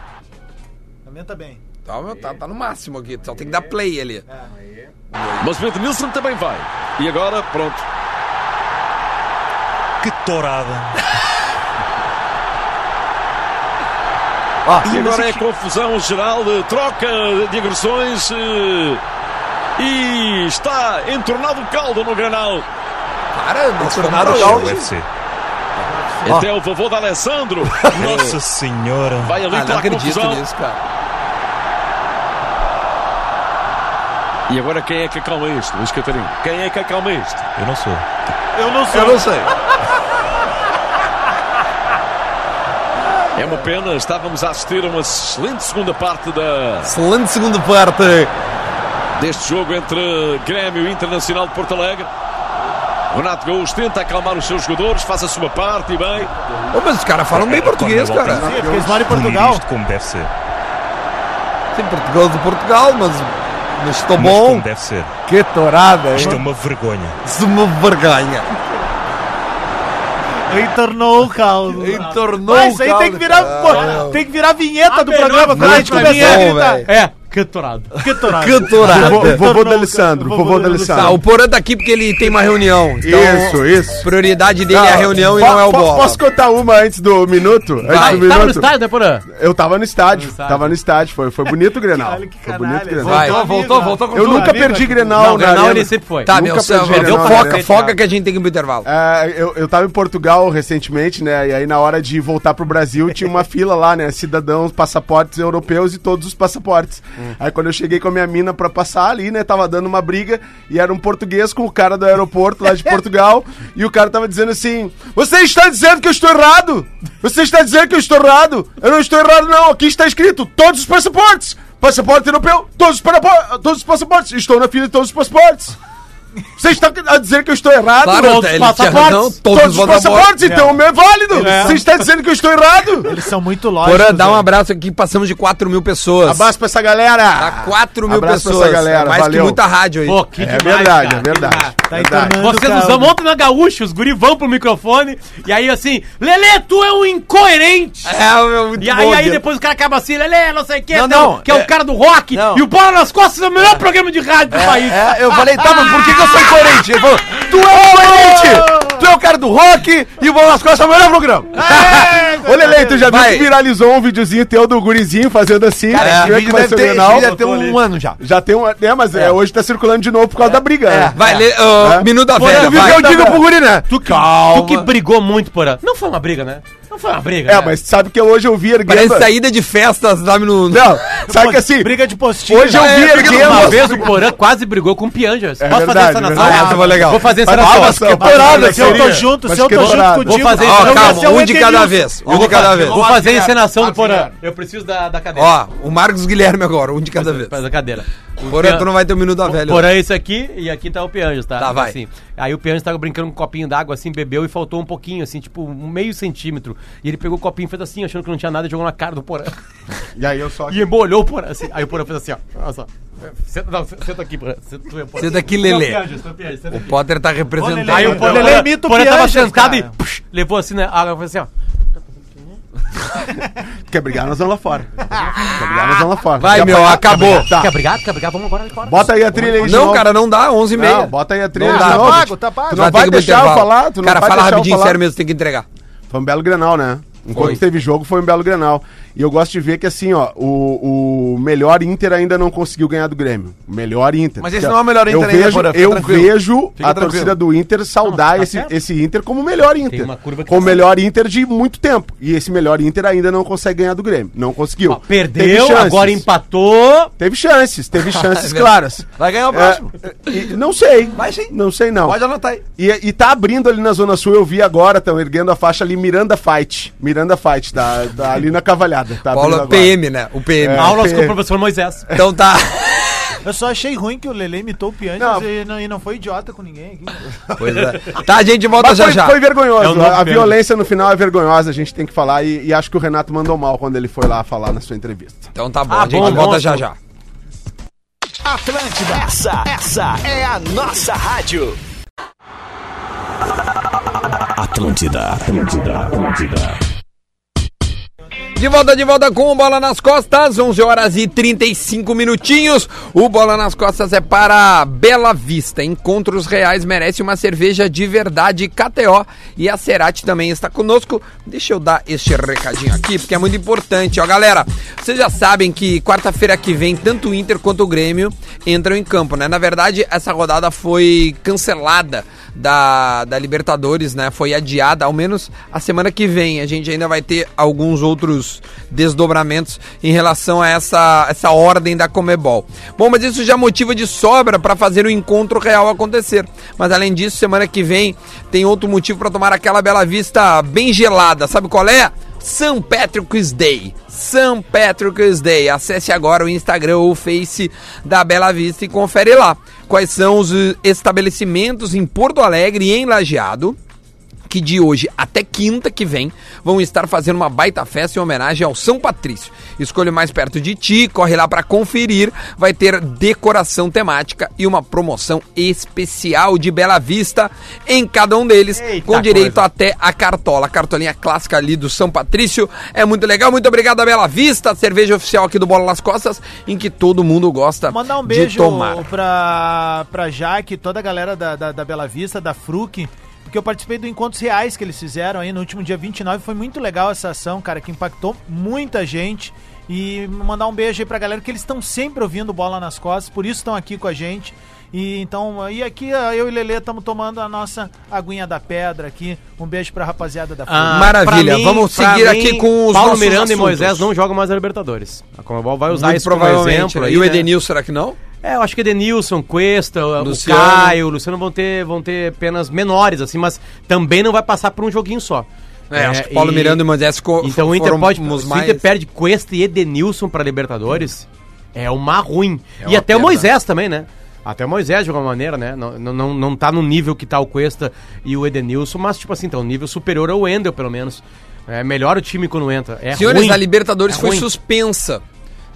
S6: Aumenta bem.
S2: Tá, meu, tá, tá no máximo aqui, só tem que dar play ali.
S8: Mas o Nilsson também vai. E agora, pronto.
S3: Que torada.
S8: E agora é confusão geral, eh, troca de agressões. eh, E está entornado o caldo no granal.
S2: Para, não
S5: Tornado
S2: foi-
S3: é
S5: Gaúcho.
S3: um
S8: Até o vovô da Alessandro.
S3: Nossa senhora.
S8: Vai ali
S2: Ah, não
S8: pela
S2: acredito
S8: confusão.
S2: nisso, cara.
S8: E agora quem é que acalma isto? Luís Catarino. Quem é que acalma isto?
S3: Eu não sou.
S6: Eu não
S5: Eu não sei.
S8: É uma pena, estávamos a assistir a uma excelente segunda parte da,
S2: Excelente segunda parte.
S8: deste jogo entre Grêmio e Internacional de Porto Alegre. Renato Gaúcho tenta acalmar os seus jogadores, faz a sua parte e bem.
S2: Ô, Oh, mas os caras falam
S9: é,
S2: bem português, cara.
S6: Sim, é porque eles moram em Portugal.
S3: Isto um como deve ser.
S2: Tem português de Portugal, mas. Mas estou
S3: Mas
S2: bom.
S3: como deve ser.
S2: Que torada, hein?
S3: Isto é uma vergonha.
S2: Isso é uma vergonha.
S6: Retornou o caldo.
S2: Entornou
S6: Mas isso aí
S2: o
S6: tem que virar, um
S2: caldo,
S6: pô,
S2: cara.
S6: tem que virar a vinheta
S4: A
S6: do
S4: melhor
S6: programa quando a gente
S2: frase
S6: começar
S2: pra
S6: a
S2: mim é-
S6: gritar.
S4: É, cantorado.
S6: Cantorado.
S2: Que torada.
S9: Vovô, vovô
S6: Tornou-
S9: da Alessandro, vovô da
S2: Tá, o
S9: Alessandro.
S2: Porã tá aqui porque ele tem uma reunião. Então,
S9: Isso, isso.
S2: prioridade dele é a reunião e
S9: Po-
S2: não é o
S9: po-
S2: bola.
S9: Posso contar uma antes do minuto?
S2: Vai.
S5: Um
S6: Tá
S9: Antes do
S4: Tava no
S9: minuto?
S4: estádio, né, Porã?
S9: Eu tava no estádio.
S4: estádio.
S9: Tava no estádio. Foi, foi bonito o Grenal.
S6: Olha que é
S9: foi bonito o
S6: canalha.
S9: Grenal.
S2: Vai.
S6: Voltou, voltou, voltou com
S9: Eu
S6: tudo.
S9: nunca
S6: Amigo,
S9: perdi
S6: né?
S9: Grenal,
S4: Não, Grenal
S9: arena.
S4: ele sempre foi.
S2: Tá,
S9: Nunca
S2: meu, céu,
S9: perdi,
S2: deu
S9: não,
S2: foca,
S9: né?
S2: foca que a gente tem que ir pro intervalo.
S9: Ah, eu, eu tava em Portugal recentemente, né? E aí, na hora de voltar pro Brasil, tinha uma fila lá, né? Cidadãos, passaportes europeus e todos os passaportes.
S2: Hum.
S9: Aí, quando eu cheguei com a minha mina pra passar ali, né? Tava dando uma briga e era um português com o cara do aeroporto lá de Portugal. e o cara tava dizendo assim: Você está dizendo que eu estou errado! Você está dizendo que eu estou errado! Eu não estou errado, não! Aqui está escrito: todos os passaportes! Passaporte europeu, todos os, parapo- todos os passaportes! Estou na fila de todos os passaportes! Você está a dizer que eu estou errado?
S2: Claro,
S9: Todos os
S2: ele tinha razão,
S9: passaportes,
S2: todos
S9: todos,
S2: os
S9: os passaportes, então o meu é válido.
S6: É.
S9: Você está dizendo que eu estou errado?
S6: Eles são muito lógicos.
S2: Porã, dá um
S6: né?
S2: abraço aqui, passamos de 4 mil pessoas.
S9: Abraço pra essa galera.
S2: Tá 4 mil
S9: Abraço pra
S2: pessoas.
S9: essa galera,
S2: mais que
S9: valeu.
S2: muita rádio aí.
S4: Pô, que
S9: É
S4: demais,
S9: verdade,
S4: cara.
S9: é verdade.
S6: Tá
S9: verdade.
S6: entornando
S4: Vocês
S6: o caldo.
S4: usam ontem na gaúcha, os guri vão pro microfone, e aí assim, Lelê, tu é um incoerente!
S2: É, meu, muito
S4: E aí,
S2: bom,
S4: aí
S2: Diego.
S4: depois o cara acaba assim, Lelê, não sei o que,
S5: Não,
S4: tal,
S5: não,
S4: que é,
S5: é-
S4: o cara do rock,
S5: não.
S4: e o Bola nas Costas é o melhor programa de rádio do país.
S5: É, eu falei, tá, mas por que, que eu sou incoerente? Ele falou, tu é incoerente! Tu é o cara do rock e o Bola nas Costas é o melhor programa.
S9: Ô, Lele, tu já
S2: Vai.
S9: viu que viralizou um videozinho teu do gurizinho fazendo assim?
S5: Cara,
S9: Como
S5: esse
S9: é
S5: vídeo
S9: que vai
S5: deve
S9: ser o
S5: ter,
S9: Grenal?
S5: esse vídeo deve ter um ano já. É.
S9: Já tem uma... É, mas é, hoje tá circulando de novo por causa da briga. né?
S2: Vai, lê, ô,
S9: É.
S2: Minuto da
S9: Pô,
S2: Velha,
S9: tu viu
S2: vai.
S9: que eu digo pro guri, né?
S4: Tu, que,
S9: Calma.
S4: tu que brigou muito, Porã. Não foi uma briga, né? Não foi uma briga,
S9: É,
S4: né?
S9: mas sabe que hoje eu vi erguendo...
S2: Parece saída de festas lá no...
S9: é Não, sabe que assim...
S6: Briga de postinho.
S9: Hoje eu
S2: É,
S9: vi
S2: briga do
S9: erguendo...
S4: Uma vez o Porã quase brigou com o Pianjas.
S9: É
S4: Posso
S9: verdade,
S4: fazer essa
S9: verdade.
S4: nação?
S9: Ah, essa
S2: foi legal.
S4: Vou fazer essa
S9: Mas
S4: nação.
S9: palmas,
S6: Mas,
S9: Parada,
S6: se eu tô
S9: seria.
S6: junto,
S9: Mas
S6: se eu
S9: que
S6: tô junto
S9: dourado.
S6: contigo,
S4: Vou fazer
S6: eu
S2: Ó,
S4: esse-
S6: vou ser
S2: calma,
S6: o
S2: um de cada
S6: Edenilson.
S2: vez. Um
S4: Vou
S2: de
S4: fa-
S2: cada vez.
S4: Vou fazer a encenação do Porã. Eu preciso da, da cadeira.
S2: Ó, o Marcos Guilherme agora, um de cada vez.
S4: Da cadeira. O
S2: Porém,
S4: Pian-
S2: tu não vai ter o Minuto da Velha.
S4: Porém, isso aqui, e aqui tá o Pianjas, tá?
S2: Tá, vai.
S4: Assim. Aí o Pianjas tava brincando com um copinho d'água, assim, bebeu e faltou um pouquinho, assim, tipo, um meio centímetro. E ele pegou o copinho, fez assim, achando que não tinha nada, e jogou na cara do Porã.
S9: E aí eu só...
S4: E embolhou o Porã, assim. Aí o Porã fez assim, ó. Olha só. Senta, não, senta aqui, Porã. Senta, tu é o Porã.
S2: Senta tá aqui,
S4: Tu é o
S2: Lelê.
S4: Pianjas, tu é o Pianjas, senta aqui.
S2: Potter tá
S6: Ô, Lelê,
S4: Aí
S2: representando.
S4: o Porã,
S6: Lelê
S4: Porã-
S6: imita o
S4: Porã tava
S6: Pianjas,
S4: sentado e
S6: cara.
S4: pux, levou assim, né? A água fez assim, ó.
S9: Quer brigar, nós vamos lá fora. Quer brigar, nós vamos lá fora.
S2: Vai,
S9: Quer
S2: meu,
S9: apanhar?
S2: acabou.
S9: Tá.
S4: Quer brigar? Quer brigar? Vamos agora ali fora.
S9: Bota aí a trilha aí de
S2: Não,
S9: novo.
S2: cara, não dá, 11 e meia.
S9: Não, bota aí a trilha
S2: Não
S9: de
S2: dá,
S9: novo.
S2: bicho.
S6: tá pago.
S9: Tu
S2: Tu
S9: não
S2: ter
S9: vai
S2: que ir pro
S9: deixar eu
S2: intervalo.
S9: falar? Tu não
S2: Cara,
S9: vai
S2: fala
S9: deixar eu
S2: rapidinho,
S9: falar?
S2: sério mesmo, tem que entregar.
S9: Foi um belo Grenal, né? Enquanto
S2: Foi.
S9: teve jogo, foi um belo Grenal. E eu gosto de ver que, assim, ó, o, o melhor Inter ainda não conseguiu ganhar do Grêmio. O melhor Inter.
S5: Mas esse não é o melhor Inter
S9: eu
S5: ainda,
S9: vejo,
S5: Porã, fica
S9: Eu
S5: tranquilo.
S9: vejo
S5: Fica
S9: a
S5: tranquilo.
S9: torcida do Inter saudar
S4: Não, tá
S9: esse,
S4: certo.
S9: esse Inter como o melhor Inter.
S4: uma curva que
S9: como o
S4: tá
S9: melhor Inter de muito tempo. E esse melhor Inter ainda não consegue ganhar do Grêmio. Não conseguiu.
S5: Ah,
S4: Ó,
S9: Teve
S4: Perdeu,
S9: chances.
S4: agora empatou.
S9: Teve chances,
S5: É
S9: teve chances claras.
S5: Vai ganhar o próximo.
S9: É, e- e não sei.
S5: Vai sim.
S9: Não sei, não.
S5: Pode anotar aí.
S9: E, e tá abrindo ali na Zona Sul, eu vi agora, estão erguendo a faixa ali Miranda Fight. Miranda Fight, tá, tá ali na cavalhada. Tá abrindo
S2: Paula
S9: agora.
S2: PM, né? O PM.
S9: É.
S4: Aulas com
S9: tem-
S4: o professor Moisés.
S2: Então tá.
S6: Eu só achei ruim que o Lele imitou o Pianjas
S9: Não.
S6: e não, e não foi idiota com ninguém aqui.
S2: Pois é. Tá, a gente volta
S9: Mas
S2: já
S9: foi,
S2: já.
S9: foi vergonhoso.
S4: É o novo
S9: a a
S4: Pedro.
S9: violência no final é vergonhosa, a gente tem que falar. E, e acho que o Renato mandou mal quando ele foi lá falar na sua entrevista.
S2: Então tá bom,
S4: Ah,
S2: a gente
S4: bom,
S2: volta
S4: bom,
S2: já
S4: bom.
S2: já.
S10: Essa, essa é a nossa rádio.
S1: Atlântida, Atlântida, Atlântida.
S2: De volta, de volta com o Bola nas Costas, 11 horas e 35 minutinhos. O Bola nas Costas é para Bela Vista. Encontros Reais merece uma cerveja de verdade KTO. E a Cerati também está conosco. Deixa eu dar este recadinho aqui, porque é muito importante. Ó, galera, vocês já sabem que quarta-feira que vem, tanto o Inter quanto o Grêmio entram em campo, né? Na verdade, essa rodada foi cancelada da, da Libertadores, né? Foi adiada, ao menos a semana que vem. A gente ainda vai ter alguns outros outros desdobramentos em relação a essa, essa ordem da Comebol. Bom, mas isso já motiva de sobra para fazer o encontro real acontecer. Mas além disso, semana que vem tem outro motivo para tomar aquela bela vista bem gelada. Sabe qual é? St. Patrick's Day. St. Patrick's Day. Acesse agora o Instagram ou o Face da Bela Vista e confere lá quais são os eh, estabelecimentos em Porto Alegre e em Lajeado que de hoje até quinta que vem vão estar fazendo uma baita festa em homenagem ao São Patrício. Escolha o mais perto de ti, corre lá para conferir, vai ter decoração temática e uma promoção especial de Bela Vista em cada um deles, com direito até a cartola, a cartolinha clássica ali do São Patrício. É muito legal, muito obrigado a Bela Vista, cerveja oficial aqui do Bola nas Costas, em que todo mundo gosta
S6: Mandar um
S2: de
S6: beijo
S2: tomar.
S6: pra, pra Jaque, toda a galera da, da, da Bela Vista, da Fruc. Porque eu participei do Encontros Reais que eles fizeram aí no último dia 29. Foi muito legal essa ação, cara, que impactou muita gente. E mandar um beijo aí pra galera, que eles estão sempre ouvindo bola nas costas, por isso estão aqui com a gente. E então, e aqui ah, eu e Lelê estamos tomando a nossa aguinha da pedra aqui. Um beijo pra rapaziada da Fruc.
S4: Ah,
S2: Maravilha,
S4: pra mim-
S2: vamos
S4: pra
S2: seguir
S4: mim,
S2: aqui com os
S4: Paulo
S2: nossos
S4: Miranda e
S2: assuntos.
S4: Moisés não jogam mais a Libertadores. A Comebol vai usar
S2: Muito
S4: isso como
S2: provavelmente.
S4: exemplo.
S2: né?
S4: aí,
S2: e o
S4: né?
S2: Edenilson, será que não?
S4: É, eu acho que Edenilson, Cuesta, o-
S2: Luciano.
S4: o Caio, o Luciano vão ter, vão ter penas menores, assim, mas também não vai passar por um joguinho só.
S2: É, acho que Paulo Miranda e Moisés co-
S4: Então o Inter
S2: foram
S4: pode.
S2: os
S4: Se o
S2: mais-
S4: Inter perde Cuesta e Edenilson pra Libertadores, é uma ruim.
S2: É
S4: e
S2: uma
S4: até o
S2: perda.
S4: Moisés também, né? Até o Moisés de alguma maneira, né? Não, não- não, não tá no nível que tá o Cuesta e o Edenilson, mas, tipo assim, tá um nível superior ao Wendel, pelo menos. É melhor o time quando entra. É
S2: Senhores,
S4: ruim.
S2: a Libertadores
S4: É
S2: foi
S4: ruim.
S2: suspensa.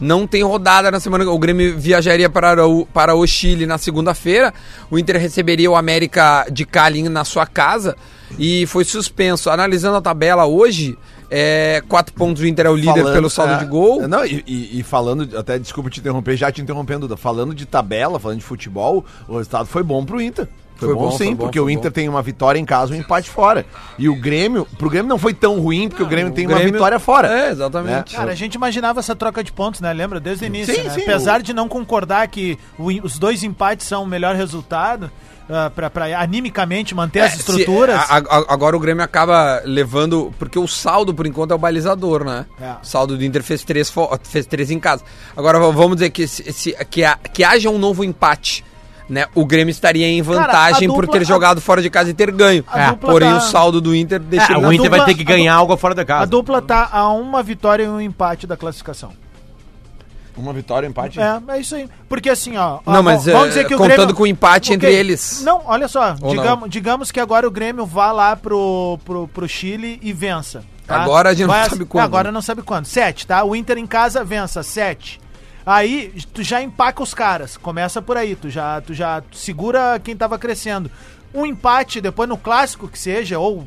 S2: Não tem rodada na semana. O Grêmio viajaria para o, para o Chile na segunda-feira. O Inter receberia o América de Cali na sua casa e foi suspenso. Analisando a tabela hoje, é, quatro pontos o Inter é o líder
S5: Falando-
S2: pelo saldo
S5: é,
S2: de gol.
S5: Não, e, e- e falando, até desculpa te interromper, já te interrompendo, Duda, falando de tabela, falando de futebol, o resultado foi bom pro Inter. Foi,
S2: Foi
S5: bom,
S2: bom,
S5: sim,
S2: foi bom,
S5: porque
S2: foi
S5: o Inter
S2: bom.
S5: tem uma vitória em casa, um empate fora. E o Grêmio, pro Grêmio não foi tão ruim, porque o Grêmio tem uma
S2: Grêmio-
S5: vitória fora.
S2: É,
S4: né?
S2: exatamente.
S6: Cara, a gente imaginava essa troca de pontos, né? Lembra? Desde o início.
S5: Sim,
S6: né?
S5: sim,
S6: Apesar de não concordar que o in- os dois empates são o melhor resultado, ah, pra, pra animicamente manter
S2: É,
S6: as estruturas.
S2: se- a- a- agora o Grêmio acaba levando. Porque o saldo, por enquanto, é o balizador, né?
S6: É.
S2: O saldo do Inter fez três, fo- fez três em casa. Agora v- vamos dizer que, se- se- que, ha- que haja um novo empate. Né? O Grêmio estaria em
S6: a
S2: vantagem por
S6: dupla-
S5: é
S2: ter
S6: a-
S2: jogado fora de casa e ter ganho.
S6: a
S2: É.
S6: dupla
S5: tá-
S2: Porém,
S6: da-
S2: o saldo do Inter deixa
S4: É,
S2: ele
S4: o
S2: na
S4: Inter
S2: dupla.
S4: vai ter que
S6: a dupla-
S4: ganhar algo fora da casa.
S6: a dupla tá a uma vitória e um empate da classificação.
S5: Uma vitória, um empate.
S6: É, é isso aí. Porque assim, ó. ó,
S2: Não, mas,
S6: vamos-
S2: eh,
S6: vamos dizer que o
S2: contando
S6: Grêmio-
S2: com o empate
S6: Ok.
S2: entre eles.
S6: Não, olha só.
S2: Ou
S6: Digamos, digamos que agora o Grêmio vá lá pro, pro, pro Chile e vença. tá?
S2: Agora a gente não
S6: Vai
S2: sabe quando,
S6: Agora
S2: né?
S6: não sabe quando. Sete, tá? O Inter em casa vença, sete. Aí tu já empaca os caras. Começa por aí. Tu já, tu já segura quem tava crescendo. Um empate depois no clássico que seja, ou.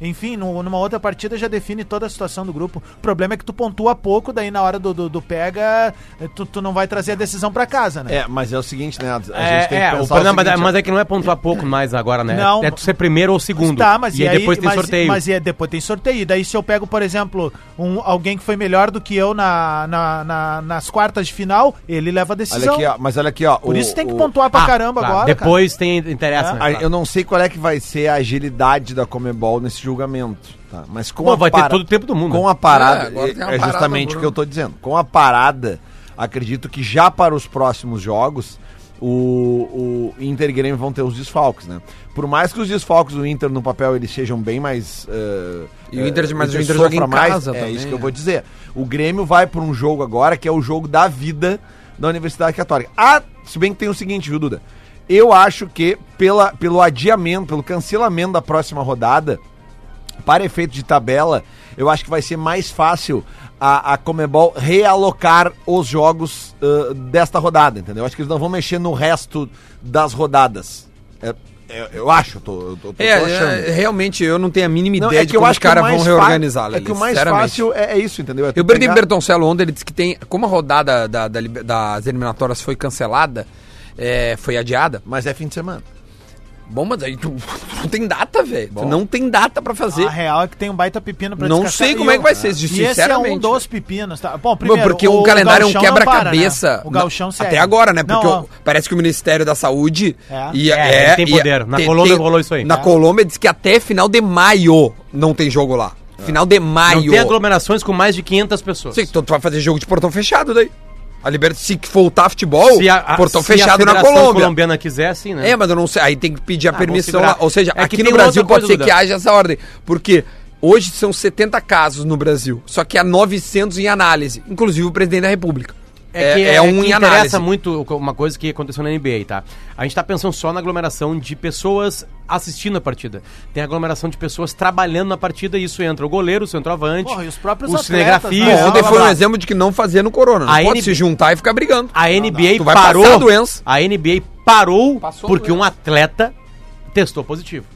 S6: Enfim, no- numa outra partida já define toda a situação do grupo. O problema é que tu pontua pouco, daí na hora do, do, do pega, eh, tu, tu não vai trazer a decisão pra casa, né?
S5: É, mas é o seguinte, né? A gente
S4: É,
S5: tem
S4: é,
S5: que
S4: o
S5: pensar. o
S4: problema-
S5: seguinte,
S4: mas é que não é pontuar pouco mais agora, né?
S6: Não.
S4: É tu ser primeiro ou segundo.
S6: Tá, mas
S4: e aí depois tem
S6: mas,
S4: sorteio.
S6: Mas e depois tem sorteio. E Daí se eu pego, por exemplo, um, alguém que foi melhor do que eu na, na- na- nas quartas de final, ele leva a
S5: olha
S6: decisão.
S5: aqui, ó, mas olha aqui, ó.
S6: Por
S5: o-
S6: isso tem que
S5: o-
S6: pontuar pra
S4: Ah,
S6: caramba
S4: claro,
S6: agora. cara.
S4: Depois tem interessa, né?
S5: a-
S4: Claro.
S5: Eu não sei qual é que vai ser a agilidade da Comebol nesse julgamento, tá? Mas com
S4: Pô,
S5: a
S4: vai ter
S5: para-
S4: todo o tempo do mundo.
S5: Com a parada,
S2: É, agora tem uma
S5: é
S2: parada,
S5: justamente
S2: Bruno.
S5: o que eu tô dizendo. Com a parada, acredito que já para os próximos jogos, o, o Inter e Grêmio vão ter os desfalques, né? Por mais que os desfalques do Inter no papel eles sejam bem mais. eh,
S2: E o
S5: eh,
S2: Inter- mas o Inter joga em
S5: sofra
S2: casa
S5: É
S2: também,
S5: isso que eu
S2: né?
S5: vou dizer. O Grêmio vai para um jogo agora que é o jogo da vida da Universidade Católica. Ah, se bem que tem o seguinte, viu, Duda? Eu acho que pela, pelo adiamento, pelo cancelamento da próxima rodada, para efeito de tabela, eu acho que vai ser mais fácil a, a Comebol realocar os jogos ãh, desta rodada, entendeu? Eu acho que eles não vão mexer no resto das rodadas. É- é- eu acho, eu tô, eu tô- tô
S2: É,
S5: achando.
S2: é, realmente, eu não tenho a mínima
S5: Não,
S2: ideia
S5: é
S2: de
S5: que eu
S2: como os
S5: acho que o
S2: caras vão
S5: mais fa-
S2: reorganizar.
S5: É
S2: Lelê,
S5: que o mais
S2: sinceramente.
S5: fácil é, é isso, entendeu? É tu
S2: Eu perdi
S5: pegar-
S2: Bertoncello ontem, ele disse que tem. Como a rodada da- da liber- das eliminatórias foi cancelada, é, foi adiada,
S5: Mas é fim de semana.
S2: Bom, mas aí tu tu não tem data, velho. Tu não tem data pra fazer.
S6: A real é que tem um baita pepino pra
S2: Não
S6: descascar.
S2: sei
S6: E
S2: como é que vai ser,
S6: E esse é
S2: sinceramente.
S6: um dos pepinos, tá? Bom, primeiro,
S2: porque o, calendário é um
S6: gauchão não
S2: quebra-cabeça.
S6: para, né? O galchão
S2: Não, Até agora, né? Porque
S6: Não,
S2: o- parece que o Ministério da Saúde.
S6: É.
S2: e-
S4: É, ele tem poder. Na Colômbia rolou isso aí.
S2: Na
S4: É.
S2: Colômbia diz que até final de maio não tem jogo lá.
S6: É.
S2: Final de
S4: Não
S2: maio.
S4: tem aglomerações com mais de 500 pessoas.
S2: Sim, então tu vai fazer jogo de portão fechado daí. A Liberta, se voltar futebol,
S4: Se a, a,
S2: portão
S4: se
S2: fechado
S4: a
S2: na
S4: Federação
S2: Colômbia.
S4: colombiana quiser, sim, né?
S2: É, mas eu não sei. Aí tem que pedir a
S4: vamos
S2: permissão
S4: Ah, segurar.
S2: lá. Ou seja,
S4: É que
S2: aqui
S4: tem
S2: no Brasil
S4: outra coisa,
S2: pode ser
S4: Duda.
S2: que haja essa ordem. Porque hoje são 70 casos no Brasil, só que há 900 em análise, inclusive o presidente da República. É,
S4: que-
S2: é, um
S4: que
S2: em análise.
S4: interessa muito o co- uma coisa que aconteceu na NBA, tá? A gente tá pensando só na aglomeração de pessoas assistindo a partida. Tem a aglomeração de pessoas trabalhando na partida e isso entra o goleiro, o centroavante,
S6: Porra, e os próprios
S4: o
S6: atletas,
S4: cinegrafista.
S6: né?
S2: Bom, ontem
S6: Blá,
S2: foi
S6: blá,
S2: um
S6: blá.
S2: exemplo de que não fazia no corona. Não
S4: A Ah,
S2: pode
S4: NB
S2: se juntar e ficar brigando.
S4: A NBA
S2: Tu vai passar a
S4: parou.
S2: doença.
S4: A NBA parou
S2: Passou a
S4: porque
S2: doença.
S4: um atleta testou positivo.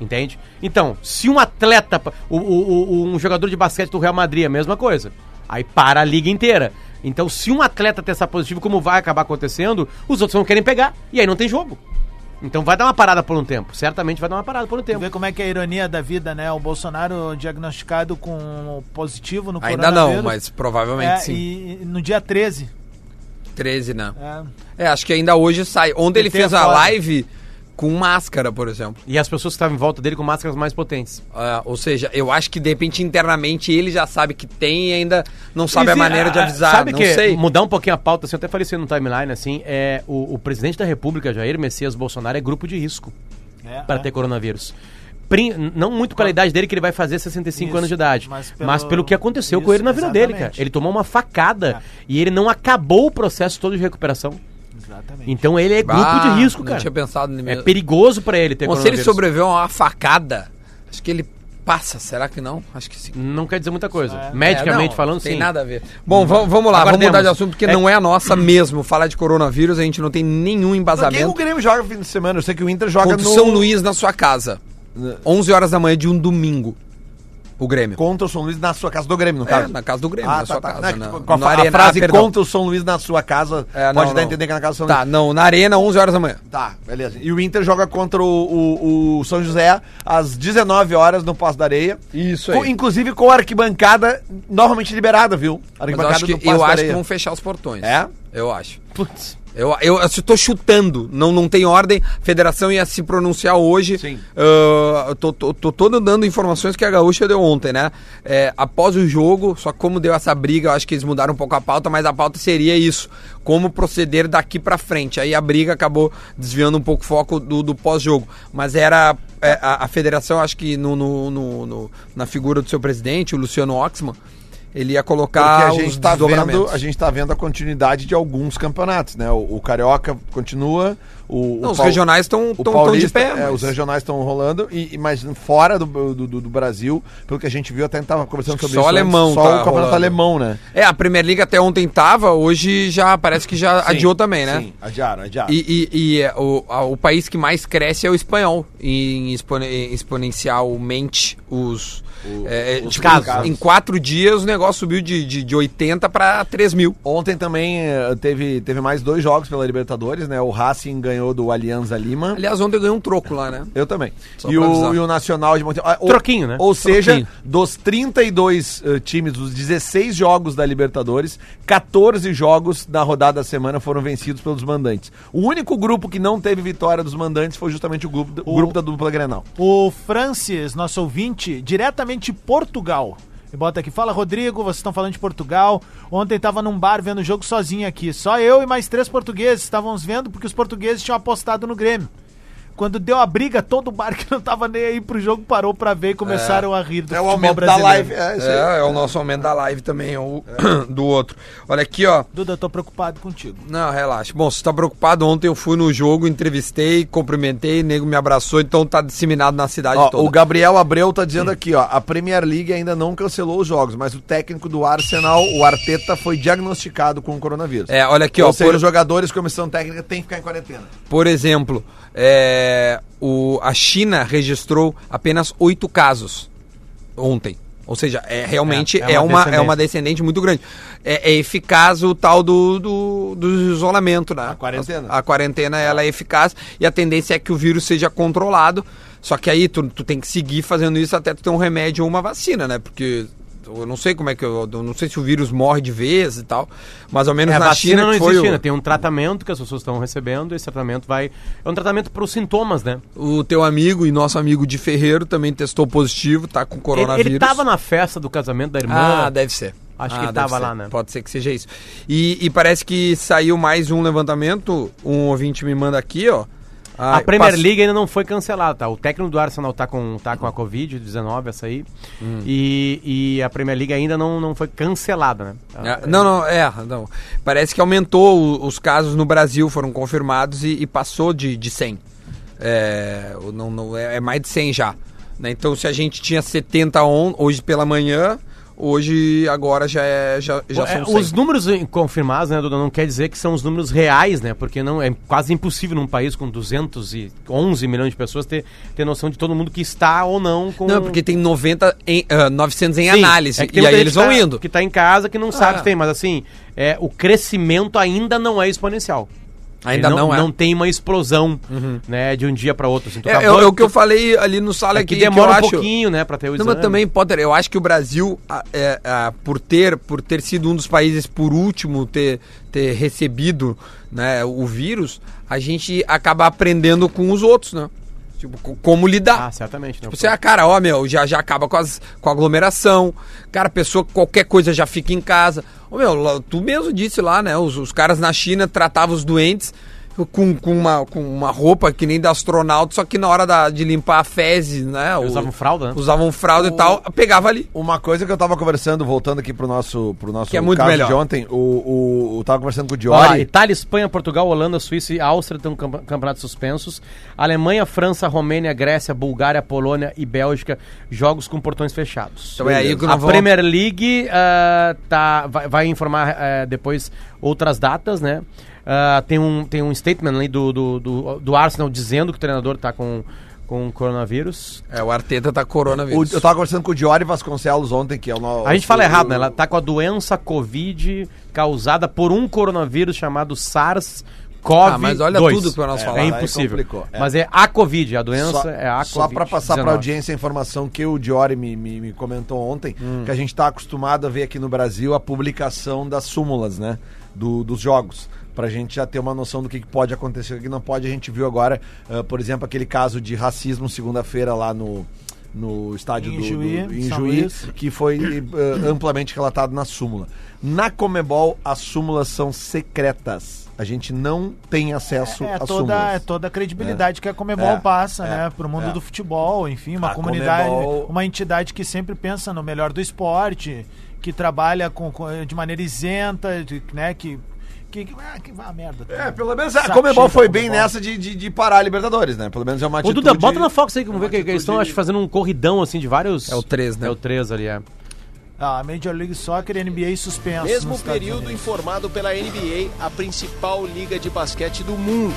S4: Entende? Então, se um atleta, pa- o- o- o- um jogador de basquete do Real Madrid, é a mesma coisa. Aí para a liga inteira. Então, se um atleta testar positivo, como vai acabar acontecendo, os outros não querem pegar e aí não tem jogo. Então vai dar uma parada por um tempo. Certamente vai dar uma parada por um
S6: Tu
S4: tempo.
S6: Vê como é que é a ironia da vida, né? O Bolsonaro diagnosticado com positivo no
S2: Ainda não,
S6: coronavírus.
S2: mas provavelmente
S6: É,
S2: sim.
S6: e e no dia 13.
S2: 13, né?
S6: é.
S2: É, acho que ainda hoje sai. Ontem ele
S6: tem
S2: fez
S6: a
S2: a
S6: foto.
S2: live com máscara, por exemplo.
S4: E as pessoas que estavam em volta dele com máscaras mais potentes.
S2: Ah, ou seja, eu acho que de repente internamente ele já sabe que tem e ainda não sabe a
S4: Exi-
S2: maneira de
S4: ah,
S2: avisar.
S4: Sabe
S2: não
S4: que,
S2: sei.
S4: mudar um pouquinho a pauta, assim, eu até falei isso aí no timeline, assim, é, o, o presidente da república, Jair Messias Bolsonaro, é grupo de risco
S6: É,
S4: para
S6: é.
S4: ter coronavírus. Prim- não muito pela idade dele, que ele vai fazer 65
S6: Isso,
S4: anos de idade,
S6: mas
S4: mas
S6: pelo-
S4: pelo, que aconteceu com
S6: Isso,
S4: ele na vida dele, cara.
S6: exatamente.
S4: Ele tomou uma facada e ele não acabou o processo todo de recuperação.
S6: Exatamente.
S4: Então ele é grupo
S2: Bah,
S4: de risco,
S2: Ah, Não
S4: cara.
S2: tinha pensado nisso.
S4: É perigoso para ele ter
S2: Bom, se ele
S4: coronavírus.
S2: sobreviveu a uma facada, acho que ele passa, será que não? Acho que sim.
S4: Não quer dizer muita coisa.
S2: É,
S4: Medicamente
S2: não,
S4: falando,
S2: Tem
S4: sim.
S2: nada a ver. Bom,
S5: Uhum.
S2: vamos, vamos lá, vamos
S4: Aguardemos.
S2: mudar de assunto, porque
S4: É-
S2: não é a nossa mesmo. Falar de coronavírus, a gente não tem nenhum
S5: Quem o
S2: embasamento.
S5: Grêmio joga no fim de semana? Eu sei que o Inter joga
S2: Contra o
S5: no...
S2: São Luís na sua casa. 11 horas da manhã de um domingo. O Grêmio.
S5: Contra o São Luís na sua casa do Grêmio, no
S2: É,
S5: caso.
S2: na casa do Grêmio,
S5: Ah,
S2: na sua
S5: tá, tá.
S2: casa.
S5: Não,
S2: na-
S5: que- com a,
S2: na
S5: fa- a
S2: Arena, Ah,
S5: frase
S2: perdão.
S5: contra o São Luís na sua casa
S2: É, não,
S5: pode dar a
S2: não.
S5: entender que é na casa do São Luís.
S2: Tá, não, na Arena, 11 horas da manhã.
S5: Tá, beleza. E o Inter joga contra o, o- o São José às 19 horas no Passo da Areia.
S2: Isso
S5: Com- inclusive com a arquibancada normalmente liberada, viu?
S2: Mas eu
S5: Arquibancada
S2: acho, que,
S5: Passo
S2: eu
S5: da
S2: acho que
S5: Areia.
S2: vão fechar os portões.
S5: É?
S2: Eu acho.
S4: Putz.
S2: Eu, eu, eu estou chutando, não, não tem ordem. A federação ia se pronunciar hoje.
S5: Sim.
S2: Ah, eu tô, tô, tô todo dando informações que a Gaúcha deu ontem, né? É, após o jogo, só que como deu essa briga, eu acho que eles mudaram um pouco a pauta, mas a pauta seria isso: como proceder daqui pra frente. Aí a briga acabou desviando um pouco o foco do, do pós-jogo. Mas era. é, a, a federação, acho que no, no- no- no- na figura do seu presidente, o Luciano Oxman, ele ia
S5: Porque
S2: colocar
S5: a gente,
S2: os
S5: tá vendo,
S2: desdobramentos.
S5: a gente tá vendo a continuidade de alguns campeonatos, né? O, o Carioca continua, o, o
S2: Não, os
S5: Paul-
S2: regionais estão
S5: o
S2: de
S5: Paulista,
S2: pé.
S5: é,
S2: mas-
S5: os regionais estão rolando, e, e- mas fora do, do, do- do Brasil, pelo que a gente viu, até estava conversando
S2: Acho que
S5: sobre
S2: só
S5: isso. antes,
S2: alemão
S5: só
S2: tá
S5: o campeonato
S2: rolando.
S5: alemão, né?
S2: É, a Premier League até ontem tava, hoje já parece que já adiou também, né?
S5: Sim, adiaram, adiaram.
S2: E, e- e, é, o, a- o país que mais cresce é o espanhol, em, expone- em exponencialmente os, é, é,
S5: os
S2: tipo,
S5: casos.
S2: Em quatro dias o negócio subiu de, de, de 80 para 3 mil.
S5: Ontem também eh, teve, teve mais dois jogos pela Libertadores, né? O Racing ganhou do Alianza Lima.
S2: Aliás, ontem eu ganhei um troco lá, né?
S5: Eu também.
S2: Só
S5: E
S2: pra avisar.
S5: o, e o Nacional de Montevideo. Ah, ou-
S4: Troquinho, né?
S5: Ou seja,
S2: Troquinho.
S5: dos 32 eh, times, dos 16 jogos da Libertadores, 14 jogos na rodada da semana foram vencidos pelos mandantes. O único grupo que não teve vitória dos mandantes foi justamente o grupo, do-
S6: O-
S5: grupo da dupla Grenal.
S6: O Francis, nosso ouvinte, diretamente de Portugal. E bota aqui, fala Rodrigo, vocês estão falando de Portugal. Ontem tava num bar vendo o jogo sozinho aqui. Só eu e mais três portugueses estávamos vendo porque os portugueses tinham apostado no Grêmio. Quando deu a briga, todo o bar que não tava nem aí pro jogo parou pra ver e começaram a rir do futebol brasileiro.
S5: É, isso aí.
S2: É, é o nosso aumento da live também, é o do outro. Olha aqui, ó.
S6: Duda, eu tô preocupado contigo.
S2: Não, relaxa. Bom, você tá preocupado, ontem eu fui no jogo, entrevistei, cumprimentei, o nego me abraçou, então tá disseminado na cidade
S5: Ó,
S2: toda.
S5: o Gabriel Abreu tá dizendo aqui, ó, a Premier League ainda não cancelou os jogos, mas o técnico do Arsenal, o Arteta, foi diagnosticado com o coronavírus.
S2: É, olha aqui,
S5: Ou
S2: ó.
S5: seja,
S2: por-
S5: os jogadores, comissão técnica, tem que ficar em quarentena.
S2: Por exemplo, é, o- a China registrou apenas oito casos ontem. Ou seja, é, realmente é,
S4: É, é uma
S2: uma, é
S4: descendente.
S2: uma descendente muito grande. É, é eficaz o tal do, do, do isolamento, né? A
S5: quarentena.
S2: A, quarentena ela é eficaz e a tendência é que o vírus seja controlado. Só que aí tu, tu tem que seguir fazendo isso até tu ter um remédio ou uma vacina, né? Porque Eu não sei como é que eu, eu não sei se o vírus morre de vez e tal, mas ao menos
S4: É, a
S2: na
S4: vacina
S2: China
S4: não
S2: que foi
S4: existe
S2: o,
S4: ainda. Tem um tratamento que as pessoas estão recebendo. Esse tratamento vai. É um tratamento para os sintomas, né?
S2: o teu amigo e nosso amigo de Ferreiro também testou positivo, tá com
S4: Ele,
S2: coronavírus.
S4: ele tava na festa do casamento da irmã.
S2: Ah, deve ser.
S4: Acho
S2: Ah,
S4: que ele
S2: deve
S4: tava
S2: ser.
S4: lá, né?
S2: Pode ser que seja isso. E, e parece que saiu mais um levantamento. Um ouvinte me manda aqui, ó.
S4: A
S2: Ah,
S4: Premier
S2: pass-
S4: League ainda não foi cancelada, tá? O técnico do Arsenal tá com, tá com a Covid-19, essa aí.
S2: Hum.
S4: E, e a Premier League ainda não, não foi cancelada, né?
S2: É, não, não, é, não. Parece que aumentou o- os casos no Brasil, foram confirmados e, e passou de, de 100. É, o- não, não, é, é mais de 100 já. né? Então, se a gente tinha 70 on, hoje pela manhã, hoje, agora já, é, já, já
S4: É,
S2: são 100.
S4: os números eh, confirmados, né, Duda, não quer dizer que são os números reais, né? Porque não é quase impossível num país com 211 milhões de pessoas ter, ter noção de todo mundo que está ou não com...
S2: Não, porque tem 90 em, ah, 900 em
S4: tipo Sim,
S2: análise.
S4: é que tem
S2: e aí
S4: muita
S2: eles
S4: gente
S2: vão
S4: que tá-
S2: indo.
S4: Que tá em casa, que não sabe
S2: Ah.
S4: se tem, mas assim, é, o crescimento ainda não é exponencial.
S2: Ainda
S4: Ele
S2: não é. Uhum.
S4: Não tem uma explosão, né, de um dia para outro. Assim, tu
S2: É,
S4: acabou-
S2: é, é o que eu falei ali no sala
S4: é que
S2: aqui,
S4: demora
S2: eu
S4: um
S2: acho-
S4: pouquinho, né, pra ter o
S2: Não,
S4: exame.
S2: mas também, Potter, eu acho que o Brasil, a- é, a, por, ter, por ter sido um dos países por último ter, ter recebido né, o vírus, a gente acaba aprendendo com os outros, né? Tipo, co- como lidar.
S4: Ah, certamente. né?
S2: Tipo assim, ah, cara, ó, meu, já, já acaba com, as, com a aglomeração. Cara, a pessoa, qualquer coisa já fica em casa. Ô, meu, lá- tu mesmo disse lá, né? Os, os caras na China tratavam os doentes com, com, uma, com uma roupa que nem da astronauta, só que na hora da- de limpar a fezes, né? o-
S4: Usavam fralda, né?
S2: Usavam fralda e tal, pegava ali.
S5: Uma coisa que eu tava conversando, voltando aqui pro nosso, pro nosso
S2: Que é muito
S5: caso
S2: melhor.
S5: de ontem, o, o, eu tava conversando com o
S4: Olha lá,
S5: Diori.
S4: Itália, Espanha, Portugal, Holanda, Suíça e Áustria estão camp campeonatos suspensos. Alemanha, França, Romênia, Grécia, Bulgária, Polônia e Bélgica, jogos com portões fechados.
S2: Então é aí que
S4: a
S2: nós vamos-
S4: Premier League ah, tá, vai, vai informar eh, depois outras datas, né? Ah, tem, um, tem um statement ali do, do, do, do Arsenal dizendo que o treinador tá com, com coronavírus.
S2: É, o Arteta tá
S5: o-
S2: coronavírus.
S5: eu tava conversando com o Diori Vasconcelos ontem, que é o nosso.
S4: A gente fala errado, né? Ela tá com a doença Covid causada por um coronavírus chamado SARS. cov
S2: Ah, mas olha tudo que nós
S4: É
S2: falamos.
S4: impossível.
S5: Aí complicou, é.
S4: Mas é a Covid, a doença
S5: Só,
S4: é a Covid.
S5: só para passar para
S4: 19.
S5: audiência a informação que o Diori me, me, me comentou ontem,
S6: Hum.
S5: que a gente está acostumado a ver aqui no Brasil a publicação das súmulas, né? do- dos jogos. Pra gente já ter uma noção do que que pode acontecer, o que não pode. A gente viu agora, ah, por exemplo, aquele caso de racismo segunda-feira lá no. No estádio
S6: Em
S5: do,
S6: Juí,
S5: do em
S6: São
S5: Juí,
S6: Luís.
S5: que foi eh, amplamente relatado na súmula. Na Comebol, as súmulas são secretas. A gente não tem acesso
S6: É
S5: às
S6: toda,
S5: súmulas.
S6: é toda a credibilidade que a Comebol
S5: É,
S6: passa,
S5: é,
S6: né? Pro mundo
S5: é.
S6: do futebol, enfim, uma
S5: A
S6: comunidade,
S5: Conmebol-
S6: uma entidade que sempre pensa no melhor do esporte, que trabalha com, com- de maneira isenta, de- né? Que. que, que, ah, que ah, merda.
S5: É, pelo menos a
S6: Saco
S5: Comebol
S6: cheio
S5: foi
S6: da
S5: bem
S6: Conmebol.
S5: nessa de, de, de parar a Libertadores, né? Pelo menos é uma
S4: Ô,
S5: atitude...
S4: Duda, bota na Fox aí, que vamos ver que, que eles estão acho,
S5: atitude-
S4: fazendo um corridão assim de vários.
S2: É o três, né?
S4: É o 3 ali, é.
S6: Ah, A Major League Soccer e NBA suspensos.
S10: Mesmo
S6: nos Estados
S10: período
S6: Unidos.
S10: informado pela NBA, a principal liga de basquete do mundo.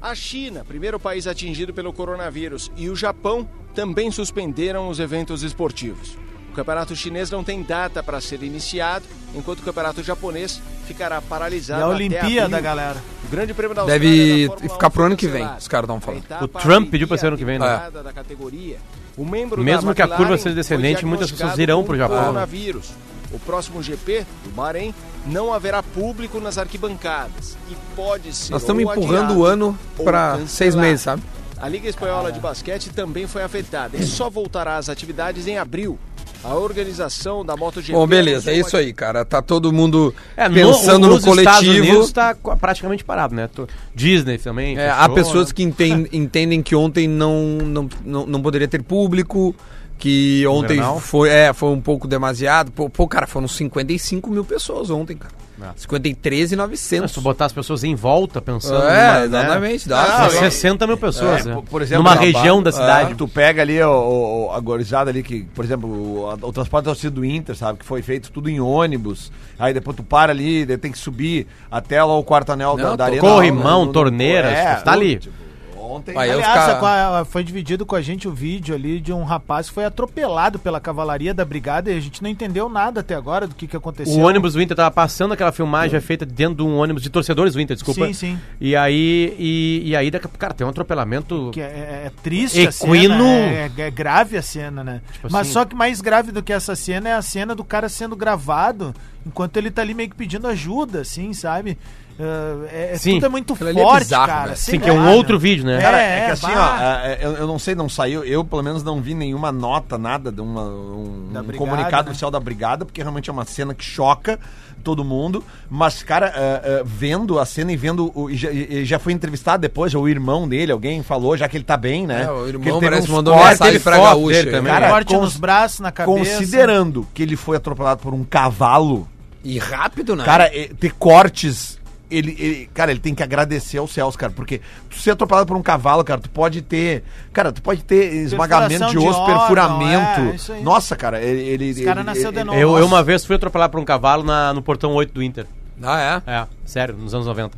S10: A China, primeiro país atingido pelo coronavírus, e o Japão também suspenderam os eventos esportivos. O campeonato chinês não tem data para ser iniciado, enquanto o campeonato japonês ficará
S6: E
S10: paralisado.
S6: a
S10: até
S6: É Olimpíada,
S10: abril.
S6: galera.
S10: O Grande Prêmio da
S2: Deve
S10: Austrália da Fórmula
S2: ficar pro
S10: 1
S2: ano que vem,
S10: cancelado.
S2: os caras um tão falando.
S10: A etapa
S4: O Trump
S10: aderia
S4: pediu pra ser ano que vem, né?
S10: à da categoria. O membro
S4: Mesmo
S10: da
S4: que a
S10: McLaren
S4: curva
S10: foi
S4: seja descendente, muitas pessoas
S10: diagnosticado
S4: irão
S10: com
S4: pro Japão, né?
S10: Coronavírus. O próximo GP do Bahrein não haverá público nas arquibancadas e pode ser
S2: Nós estamos
S10: ou
S2: empurrando
S10: adiado
S2: o ano
S10: ou
S2: pra seis
S10: cancelado.
S2: meses, sabe?
S10: A Liga Espanhola de Basquete também foi afetada e só voltará às atividades em abril. A organização da MotoGP...
S2: Bom, beleza, é
S10: anunciou
S2: isso aí, cara. Tá todo mundo
S4: É,
S2: pensando no,
S4: os Estados
S2: coletivo.
S4: Unidos tá co- praticamente parado, né? Tô- Disney também.
S2: É, há
S4: fechou,
S2: pessoas
S4: né?
S2: que enten- entendem que ontem não, não, não, não poderia ter público, que ontem
S4: Grenal?
S2: foi, é, foi um pouco demasiado. Pô, pô, cara, foram 55 mil pessoas ontem, cara.
S4: É.
S2: 53,900.
S4: Se tu botar as pessoas em volta pensando.
S2: É,
S4: numa, né?
S2: exatamente, É, dá.
S4: São
S5: Ah, eu-
S4: 60 mil pessoas, né?
S5: É, por- por exemplo,
S4: Numa
S5: na
S4: região
S5: Barra-
S4: da cidade.
S5: É, tu pega ali ó, o, o- a gorizada ali, que, por exemplo, o, a- o transporte da torcida do Inter, sabe? Que foi feito tudo em ônibus. Aí depois tu para ali, daí tem que subir até lá o quarto anel da,
S2: Não,
S5: da
S2: tu
S5: arena.
S4: corre, mão, torneiras,
S5: é,
S4: tu tá ali.
S5: tipo, ontem.
S2: Aí os
S6: Aliás,
S2: cara-
S6: com a- foi dividido com a gente o vídeo ali de um rapaz que foi atropelado pela cavalaria da brigada e a gente não entendeu nada até agora do que, que aconteceu.
S4: O ônibus do Inter tava passando aquela filmagem feita dentro de um ônibus de torcedores do Inter, desculpa.
S6: Sim, sim.
S4: E aí, e, e aí daqui, a pouco, cara, tem um atropelamento.
S6: Que é, é- é triste
S4: Equino.
S6: a cena, é, é grave a cena, né?
S4: Tipo
S6: Mas
S4: assim-
S6: só que mais grave do que essa cena é a cena do cara sendo gravado enquanto ele tá ali meio que pedindo ajuda, assim, sabe? Ah, é, é-
S4: Sim.
S6: Tudo é muito
S2: Aquilo ali é
S6: forte,
S2: bizarro,
S6: cara.
S2: né?
S6: sei
S4: Sim, que é um
S6: lá,
S4: outro
S6: né?
S4: vídeo, né?
S6: É,
S5: Cara, é, que assim,
S6: bah.
S5: ó, é, eu, eu não sei, não saiu. Eu, pelo menos, não vi nenhuma nota, nada de uma, um,
S6: Da
S5: um
S6: brigada,
S5: comunicado
S6: né?
S5: oficial da brigada, porque realmente é uma cena que choca todo mundo. Mas, cara, é, é, vendo a cena e vendo. O, e já, e já foi entrevistado depois, o irmão dele, alguém falou, já que ele tá bem, né?
S2: É, o irmão
S5: Que ele teve
S2: parece que
S5: uns
S2: mandou
S5: cortes,
S2: mensagem
S5: teve
S2: pra
S5: foto
S2: Gaúcha
S5: dele
S2: aí,
S5: também.
S2: né?
S5: Cara,
S6: Corte
S5: cons-
S6: nos braços, na cabeça.
S5: considerando que ele foi atropelado por um cavalo.
S2: E rápido,
S6: Ah,
S2: né?
S5: Cara,
S6: é?
S5: eh, ter cortes. Ele, ele- cara, ele tem que agradecer aos céus, cara, porque tu ser atropelado por um cavalo, cara, tu pode ter, cara, tu pode ter esmagamento de
S6: de
S5: osso,
S6: órgão, é,
S5: perfuramento.
S6: isso aí.
S5: Nossa, cara, ele, ele,
S6: Esse cara
S5: ele-
S6: nasceu de
S5: ele-
S6: novo.
S4: Eu, eu
S6: Nossa.
S4: uma vez fui atropelado por um cavalo na- no portão 8 do Inter.
S2: Ah, é?
S4: É, sério, nos anos 90.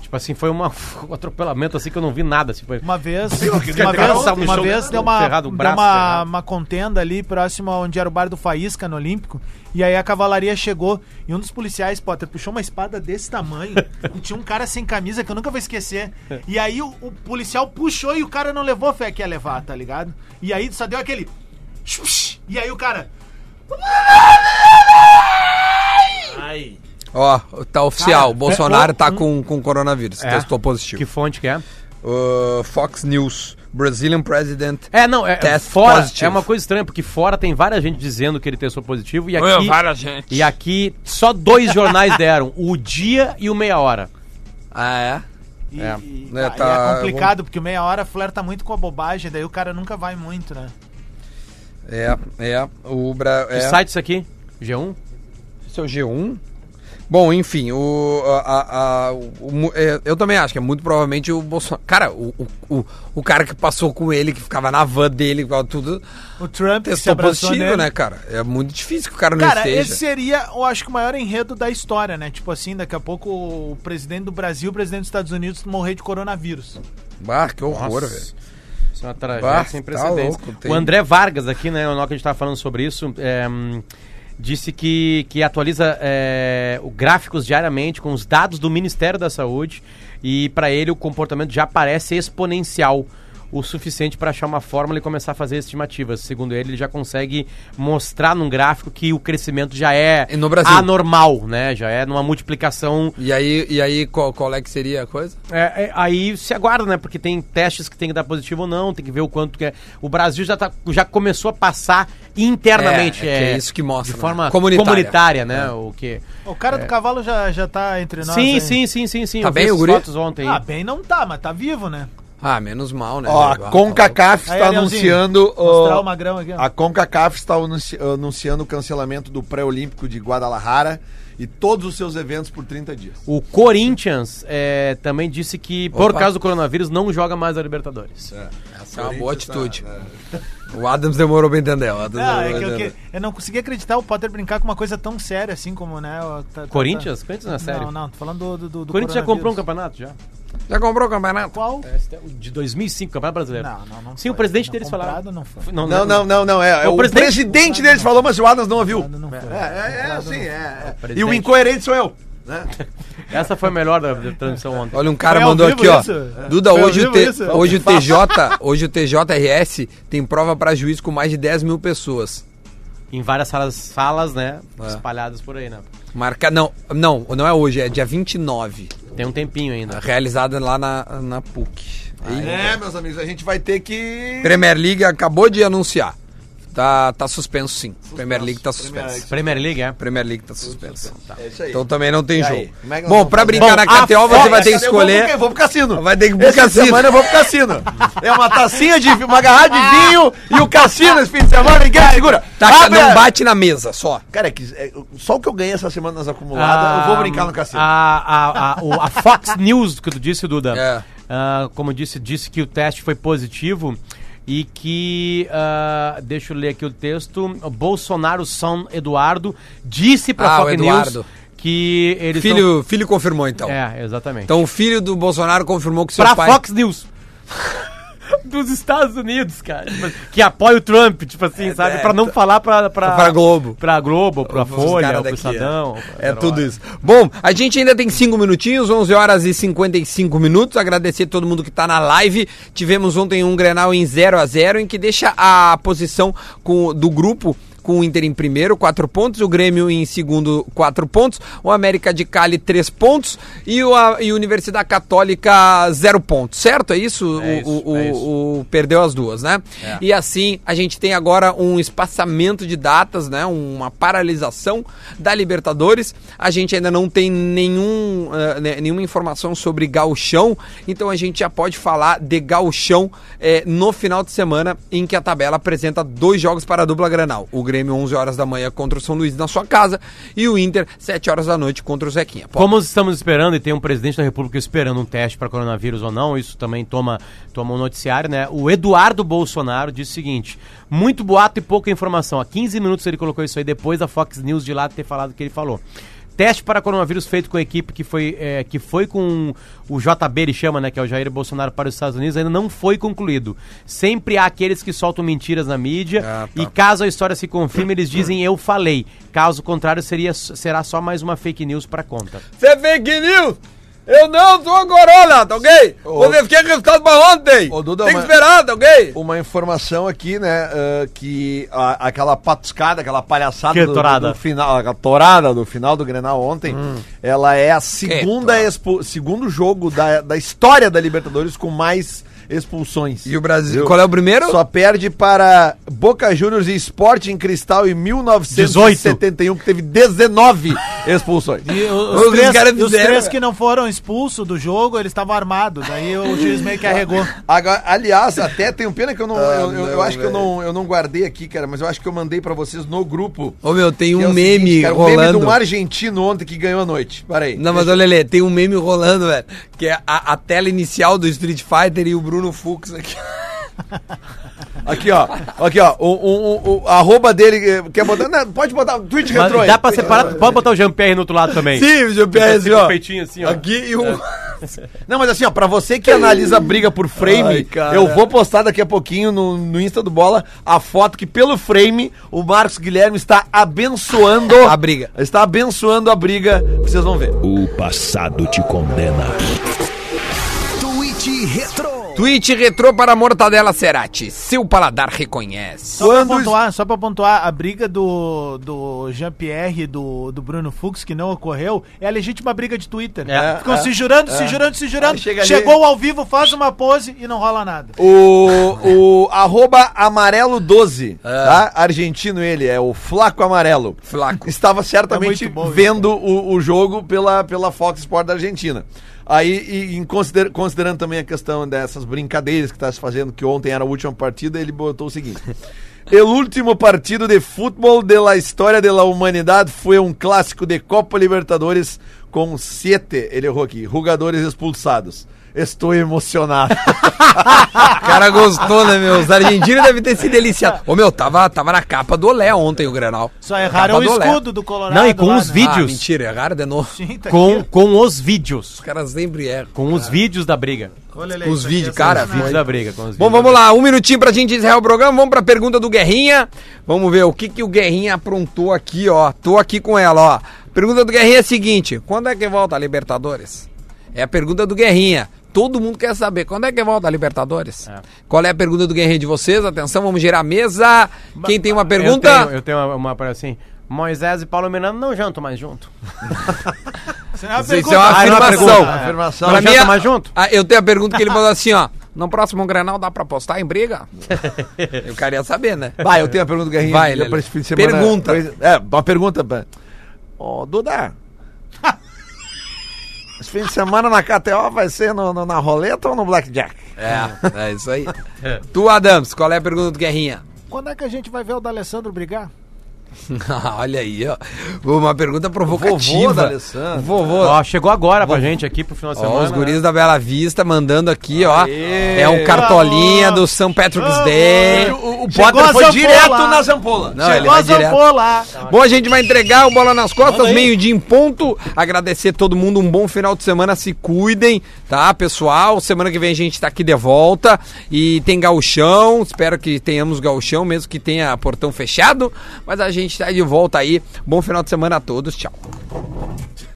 S4: Tipo assim, foi uma, um atropelamento assim que eu não vi nada. Assim, foi...
S6: Uma vez,
S4: cara
S6: uma
S4: tem razão,
S6: vez, uma
S4: Michel.
S6: vez deu uma,
S4: né? Ferrado, o
S6: deu
S4: braço
S6: uma,
S4: ferrado.
S6: uma contenda ali próximo a onde era o bar do Faísca no Olímpico. E aí a cavalaria chegou e um dos policiais, Potter, puxou uma espada desse tamanho. e tinha um cara sem camisa que eu nunca vou esquecer. E aí o, o policial puxou e o cara não levou a fé que ia levar, tá ligado? E aí só deu aquele. E aí o cara.
S2: Ó, tá oficial. Bolsonaro tá com, com coronavírus.
S4: hum. É.
S2: Testou positivo.
S4: Que fonte que é?
S2: Uh, Fox News. Brazilian President.
S4: É, não, é
S2: Teste
S4: fora.
S2: positivo.
S4: É uma coisa estranha, porque fora tem várias gente dizendo que ele testou positivo e aqui.
S2: gente.
S4: E aqui só dois jornais deram, o dia e o meia hora.
S2: Ah,
S6: E,
S4: É.
S6: e-
S2: É,
S6: e
S2: tá-
S6: é complicado, porque meia hora flerta muito com a bobagem, daí o cara nunca vai muito, né?
S2: é? É, é. O Bra...
S4: Que
S2: é.
S4: site isso aqui? G1?
S2: Esse é o G1? Bom, enfim, o, a- a- a- o- mu- é, eu também acho que é muito provavelmente o Bolsonaro. Cara, o, o, o, o cara que passou com ele, que ficava na van dele, igual tudo,
S6: O Trump que se
S2: testou
S6: abraçou
S2: positivo,
S6: nele.
S2: né, cara? É muito difícil que o cara não
S6: Cara,
S2: esteja.
S6: esse seria, eu acho que o maior enredo da história, né? Tipo assim, daqui a pouco o presidente do Brasil, o presidente dos Estados Unidos morrer de coronavírus.
S2: Bah, que horror,
S4: Nossa.
S2: velho.
S4: Isso é uma tragédia
S2: Bah,
S4: sem
S2: tá
S4: precedentes.
S2: louco, tem-
S4: O André Vargas aqui, né, na hora que a gente estava falando sobre isso, é, hum, disse que, que atualiza é, o gráficos diariamente com os dados do Ministério da Saúde e para ele o comportamento já parece exponencial o suficiente para achar uma fórmula e começar a fazer estimativas. Segundo ele, ele já consegue mostrar num gráfico que o crescimento já é
S2: E no Brasil?
S4: anormal, né? Já é numa multiplicação
S2: E aí, e aí qual, qual é que seria a coisa?
S4: é, é, aí se aguarda, né? Porque tem testes que tem que dar positivo ou não, tem que ver o quanto que é. O Brasil já, tá, já começou a passar internamente.
S2: É, é que é isso que mostra,
S4: De
S2: né?
S4: forma
S2: Comunitária. É.
S4: comunitária, né? O que...
S6: O cara do cavalo já, já tá entre nós.
S4: Sim,
S6: aí.
S4: sim, sim, sim, sim.
S2: Tá
S4: eu vi
S2: bem o
S4: essas
S2: guri?
S4: fotos ontem.
S6: Ah, bem não tá, mas tá vivo, né?
S2: Ah, menos mal, né?
S5: Ó, a
S2: velho? Ah, tá louco.
S5: CONCACAF
S6: Aí,
S5: está
S6: Arielzinho,
S5: anunciando. Ah,
S6: Mostrar
S5: ó,
S6: o magrão aqui, ó.
S5: A CONCACAF está anunci- anunciando o cancelamento do pré-olímpico de Guadalajara e todos os seus eventos por 30 dias.
S4: O Corinthians é, também disse que, por
S2: Opa.
S4: causa do coronavírus, não joga mais a Libertadores.
S2: Essa é uma
S5: tá.
S2: boa atitude. O Adams demorou pra entender. O Adams demorou
S6: Ah, é que
S2: pra
S6: eu, que-
S2: entender.
S6: eu não consegui acreditar o Potter brincar com uma coisa tão séria assim como, né? o- tá- tá-
S4: Corinthians? Corinthians não é
S6: tá-
S4: sério.
S6: Não, não, tô falando do. do, do
S4: O Corinthians já comprou um
S6: coronavírus.
S4: campeonato já?
S2: Já comprou o campeonato?
S6: Qual?
S2: é
S4: De 2005, campeonato brasileiro.
S6: Não, não, não.
S4: É. Sim, o
S6: foi.
S4: presidente
S6: Não,
S4: deles
S6: comprado
S4: falaram.
S6: Não foi.
S4: Não,
S5: Não, não, não, não. É, é
S4: O
S5: o,
S4: presidente-
S5: presidente, deles falou, mas o Adams não ouviu.
S6: Comprado Não foi.
S5: É, é assim, é. é. E
S4: presidente.
S5: o incoerente sou eu. Né?
S4: Essa foi a melhor da, da transmissão ontem.
S2: Olha, um cara
S6: Foi ao
S2: mandou
S6: vivo
S2: aqui, ó.
S6: isso? É.
S2: Duda,
S6: Foi ao
S2: hoje o,
S6: vivo
S2: T-
S6: isso?
S2: hoje o TJ, hoje o TJRS tem prova pra juiz com mais de 10 mil pessoas.
S4: Em várias salas, salas né?
S2: É.
S4: Espalhadas por aí, né?
S2: Marca, não, não, não é hoje, é dia 29,
S4: Tem um tempinho ainda.
S2: realizada lá na, na PUC. E
S5: É, meus amigos, a gente vai ter que.
S2: Premier League acabou de anunciar. Tá, tá suspenso sim. Premier League tá suspenso.
S4: Premier League, é?
S2: Premier League tá suspenso.
S5: É isso aí.
S2: Então também não tem
S5: E aí,
S2: jogo.
S5: como é que nós
S2: Bom,
S5: vamos
S2: pra
S5: fazer? Ah,
S2: brincar na KTO, você vai ter que
S5: Eu vou pro quê?
S2: escolher.
S5: Eu vou pro cassino.
S2: Vai ter que ir pro
S5: Essa
S2: cassino.
S5: semana eu vou pro cassino. É uma tacinha de uma garrafa de vinho e o cassino esse fim de semana, ninguém segura. Ah,
S2: Taca,
S5: Abre a-
S2: Tá, não bate na mesa, só.
S5: Cara, é que, é, só o que eu ganhei essa semana nas acumuladas,
S2: Ah,
S5: eu vou brincar no cassino.
S4: Ah, A, a, a, o- a Fox News, que tu disse, Duda,
S2: É.
S4: ah, como disse, disse que o teste foi positivo e que, ah, deixa eu ler aqui o texto, o Bolsonaro São Eduardo disse pra
S2: Ah, o
S4: Fox
S2: Eduardo.
S4: News que eles
S2: Filho, filho confirmou então.
S4: São... É, exatamente.
S2: Então o filho do Bolsonaro confirmou que seu
S4: pra
S2: pai.
S4: Fox News. dos Estados Unidos, cara. Tipo, Que apoia o Trump, tipo assim, sabe? Pra não falar pra... Pra,
S2: É, então- Pra Globo.
S4: Pra Globo, pra
S2: Os
S4: Folha,
S2: caras
S4: pro
S2: daqui,
S4: Estadão.
S2: É tudo isso. Bom, a gente ainda tem 5 minutinhos, 11 horas e 55 minutos. Agradecer a todo mundo que tá na live. Tivemos ontem um Grenal em 0 a 0 em que deixa a posição com- do grupo com o Inter em primeiro, 4 pontos, o Grêmio em segundo, 4 pontos, o América de Cali, 3 pontos e o a, e a Universidade Católica, 0 pontos, certo? É isso? O-
S4: É isso,
S2: o-
S4: é
S2: o-
S4: isso.
S2: o- perdeu as duas, né? E assim a gente tem agora um espaçamento de datas, né? Uma paralisação da Libertadores. A gente ainda não tem nenhum, eh, né, nenhuma informação sobre gauchão, então a gente já pode falar de gauchão eh, no final de semana em que a tabela apresenta dois jogos para a dupla Granal. O Grêmio 11 horas da manhã contra o São Luís na sua casa e o Inter 7 horas da noite contra o Zequinha. Pode-
S4: Como estamos esperando, e tem um presidente da República esperando um teste para coronavírus ou não, isso também toma, toma um noticiário, né? O Eduardo Bolsonaro disse o seguinte: muito boato e pouca informação. Há 15 minutos ele colocou isso aí depois da Fox News de lá ter falado o que ele falou. Teste para coronavírus feito com a equipe que foi, é, que foi com o JB, ele chama, né? Que é o Jair Bolsonaro para os Estados Unidos, ainda não foi concluído. Sempre há aqueles que soltam mentiras na mídia e caso a história se confirme, eles dizem eu falei. Caso contrário, seria, será só mais uma fake news para conta.
S2: Você é fake news? Eu não sou corona, tá ok? Vocês querem resultado pra ontem?
S5: Ô, Duda,
S2: Tem que
S5: mas-
S2: esperar, tá ok?
S5: Uma informação aqui, né? ah, que a- aquela patuscada, aquela palhaçada
S4: Que
S5: do,
S4: torada. Hum.
S5: do final, a torada do final do Grenal ontem, ela é a segunda expu- segundo jogo da, da história da Libertadores com mais expulsões.
S2: E o Brasil.
S5: Viu?
S2: Qual é o primeiro?
S5: Só perde para Boca Juniors e Sport em Cristal em 1971, que teve 19 expulsões.
S6: E
S2: Os três
S6: os, três,
S2: caras
S6: e os
S2: fizeram,
S6: três
S2: velho.
S6: que não foram expulsos do jogo, eles estavam armados. Daí o juiz meio que arregou.
S5: Agora, aliás, até tenho pena que eu não. eu, eu- eu
S2: Ah, não,
S5: acho que eu
S2: velho.
S5: não, eu não guardei aqui, cara, mas eu acho que eu mandei pra vocês no grupo.
S2: Ô meu, tem
S5: que é
S2: um
S5: o
S2: meme
S5: seguinte, cara,
S2: rolando.
S5: O meme de um argentino ontem que ganhou a noite. Para aí.
S2: Não, mas olha, Lelê, tem um meme rolando, velho. Que é a, a tela inicial do Street Fighter e o Bruno Fux aqui.
S5: Aqui, ó. Aqui, ó. O, o, o- o- a arroba dele. eh, Quer botar. Não, pode botar. um Twitch
S4: Mas
S5: retrô aí.
S4: dá pra
S5: Twitch
S4: separar,
S5: retrô.
S4: pode botar o Jean-Pierre no outro lado também.
S2: Sim, meu
S4: Assim,
S2: PS,
S4: com o
S2: ó.
S4: peitinho assim, ó.
S2: Aqui e um- o.
S5: Não, mas assim, ó, pra você que analisa a briga por frame,
S2: Ai, cara.
S5: eu vou postar daqui a pouquinho no, no Insta do Bola a foto que, pelo frame, o Marcos Guilherme está abençoando
S2: A briga.
S5: Está abençoando a briga. Vocês vão ver.
S1: O passado te condena.
S2: Twitch retrô para Mortadela Cerati. Seu paladar reconhece.
S6: Só pra,
S5: Quando
S6: pontuar, só pra pontuar, a briga do, do Jean-Pierre e do, do Bruno Fux, que não ocorreu, é a legítima briga de Twitter.
S4: É,
S6: Ficam se jurando, se jurando, se jurando.
S5: Aí chega ali-
S6: Chegou ao vivo, faz uma pose e não rola nada.
S5: O, o arroba amarelo 12, tá? Argentino ele, é o Flaco Amarelo.
S2: Flaco.
S5: Estava certamente
S6: É muito bom isso.
S5: vendo o, o jogo pela, pela Fox Sport da Argentina. Aí, e, em consider- considerando também a questão dessas brincadeiras que está se fazendo, que ontem era a última partida, ele botou o seguinte. El último partido de futebol de la história de la humanidade foi um clássico de Copa Libertadores com sete, ele errou aqui, jogadores expulsados. Estou emocionado.
S2: O cara gostou, né, meu? Os argentinos devem ter se deliciado. Ô meu, tava, tava na capa do Olé ontem o Grenal.
S6: Só
S2: Na
S6: erraram o
S2: capa do Olé.
S6: escudo do Colorado.
S4: Não, e com
S6: lá,
S4: os
S6: né?
S4: vídeos.
S2: Ah, mentira, erraram de novo.
S6: Sim, tá
S4: Com,
S6: aqui,
S4: com os vídeos.
S2: Os caras sempre erram.
S4: Com os vídeos da briga.
S6: ó. Ô, Lele,
S2: os
S6: isso aqui
S2: vídeos,
S6: é
S2: cara,
S6: sensacional.
S4: Vídeos da briga. Com os
S2: Tá, Bom, vamos lá, um minutinho pra gente encerrar o programa. Vamos pra pergunta do Guerrinha. Vamos ver o que, que o Guerrinha aprontou aqui, ó. Tô aqui com ela, ó. Pergunta do Guerrinha é a seguinte: quando é que volta a Libertadores? É a pergunta do Guerrinha. Todo mundo quer saber quando é que volta a Libertadores? Qual é a pergunta do Guerrinha de vocês? Atenção, vamos gerar a mesa. Quem tem uma pergunta?
S4: Eu tenho, eu tenho uma, uma parada assim. Moisés e Paulo Miranda não jantam mais junto.
S6: Isso não é uma
S2: Isso é
S6: pergunta.
S2: uma
S4: Ah, é uma
S2: afirmação.
S4: pergunta, é.
S5: Afirmação.
S2: Pra
S4: Não
S2: mim,
S4: janta
S2: a-
S4: mais junto?
S2: a- eu tenho a pergunta que ele mandou assim, ó. No próximo Granal dá pra apostar em briga? eu queria saber, né?
S5: Vai, eu tenho a pergunta do Guerrinha.
S2: Vai,
S5: Ele é
S2: Lelê.
S5: pra esse fim de semana.
S2: Pergunta.
S5: É, uma pergunta. pra- Ô, Duda. esse fim de semana na KTO vai ser no- no- na roleta ou no Blackjack?
S2: É, é isso aí. tu, Adams, qual é a pergunta do Guerrinha?
S6: Quando é que a gente vai ver o D'Alessandro brigar?
S2: Olha aí, ó. Uma pergunta provocativa.
S5: Vovô da Alessandra.
S2: Vovô.
S4: Ó, chegou agora pra gente aqui pro final de semana.
S2: Ó, os guris
S4: né?
S2: da Bela Vista mandando aqui, ó. É um cartolinha do São Patrick's Day.
S5: O, o, o
S6: Chegou
S5: Potter
S6: a
S5: foi
S6: Zampola.
S5: direto na zampola.
S2: Não, ele vai direto. Bom, a gente vai entregar o Bola nas Costas, meio-dia em ponto. Agradecer a todo mundo, um bom final de semana, se cuidem, tá, pessoal? Semana que vem a gente tá aqui de volta e tem gauchão, espero que tenhamos gauchão, mesmo que tenha portão fechado, mas a gente tá de volta aí. Bom final de semana a todos, tchau.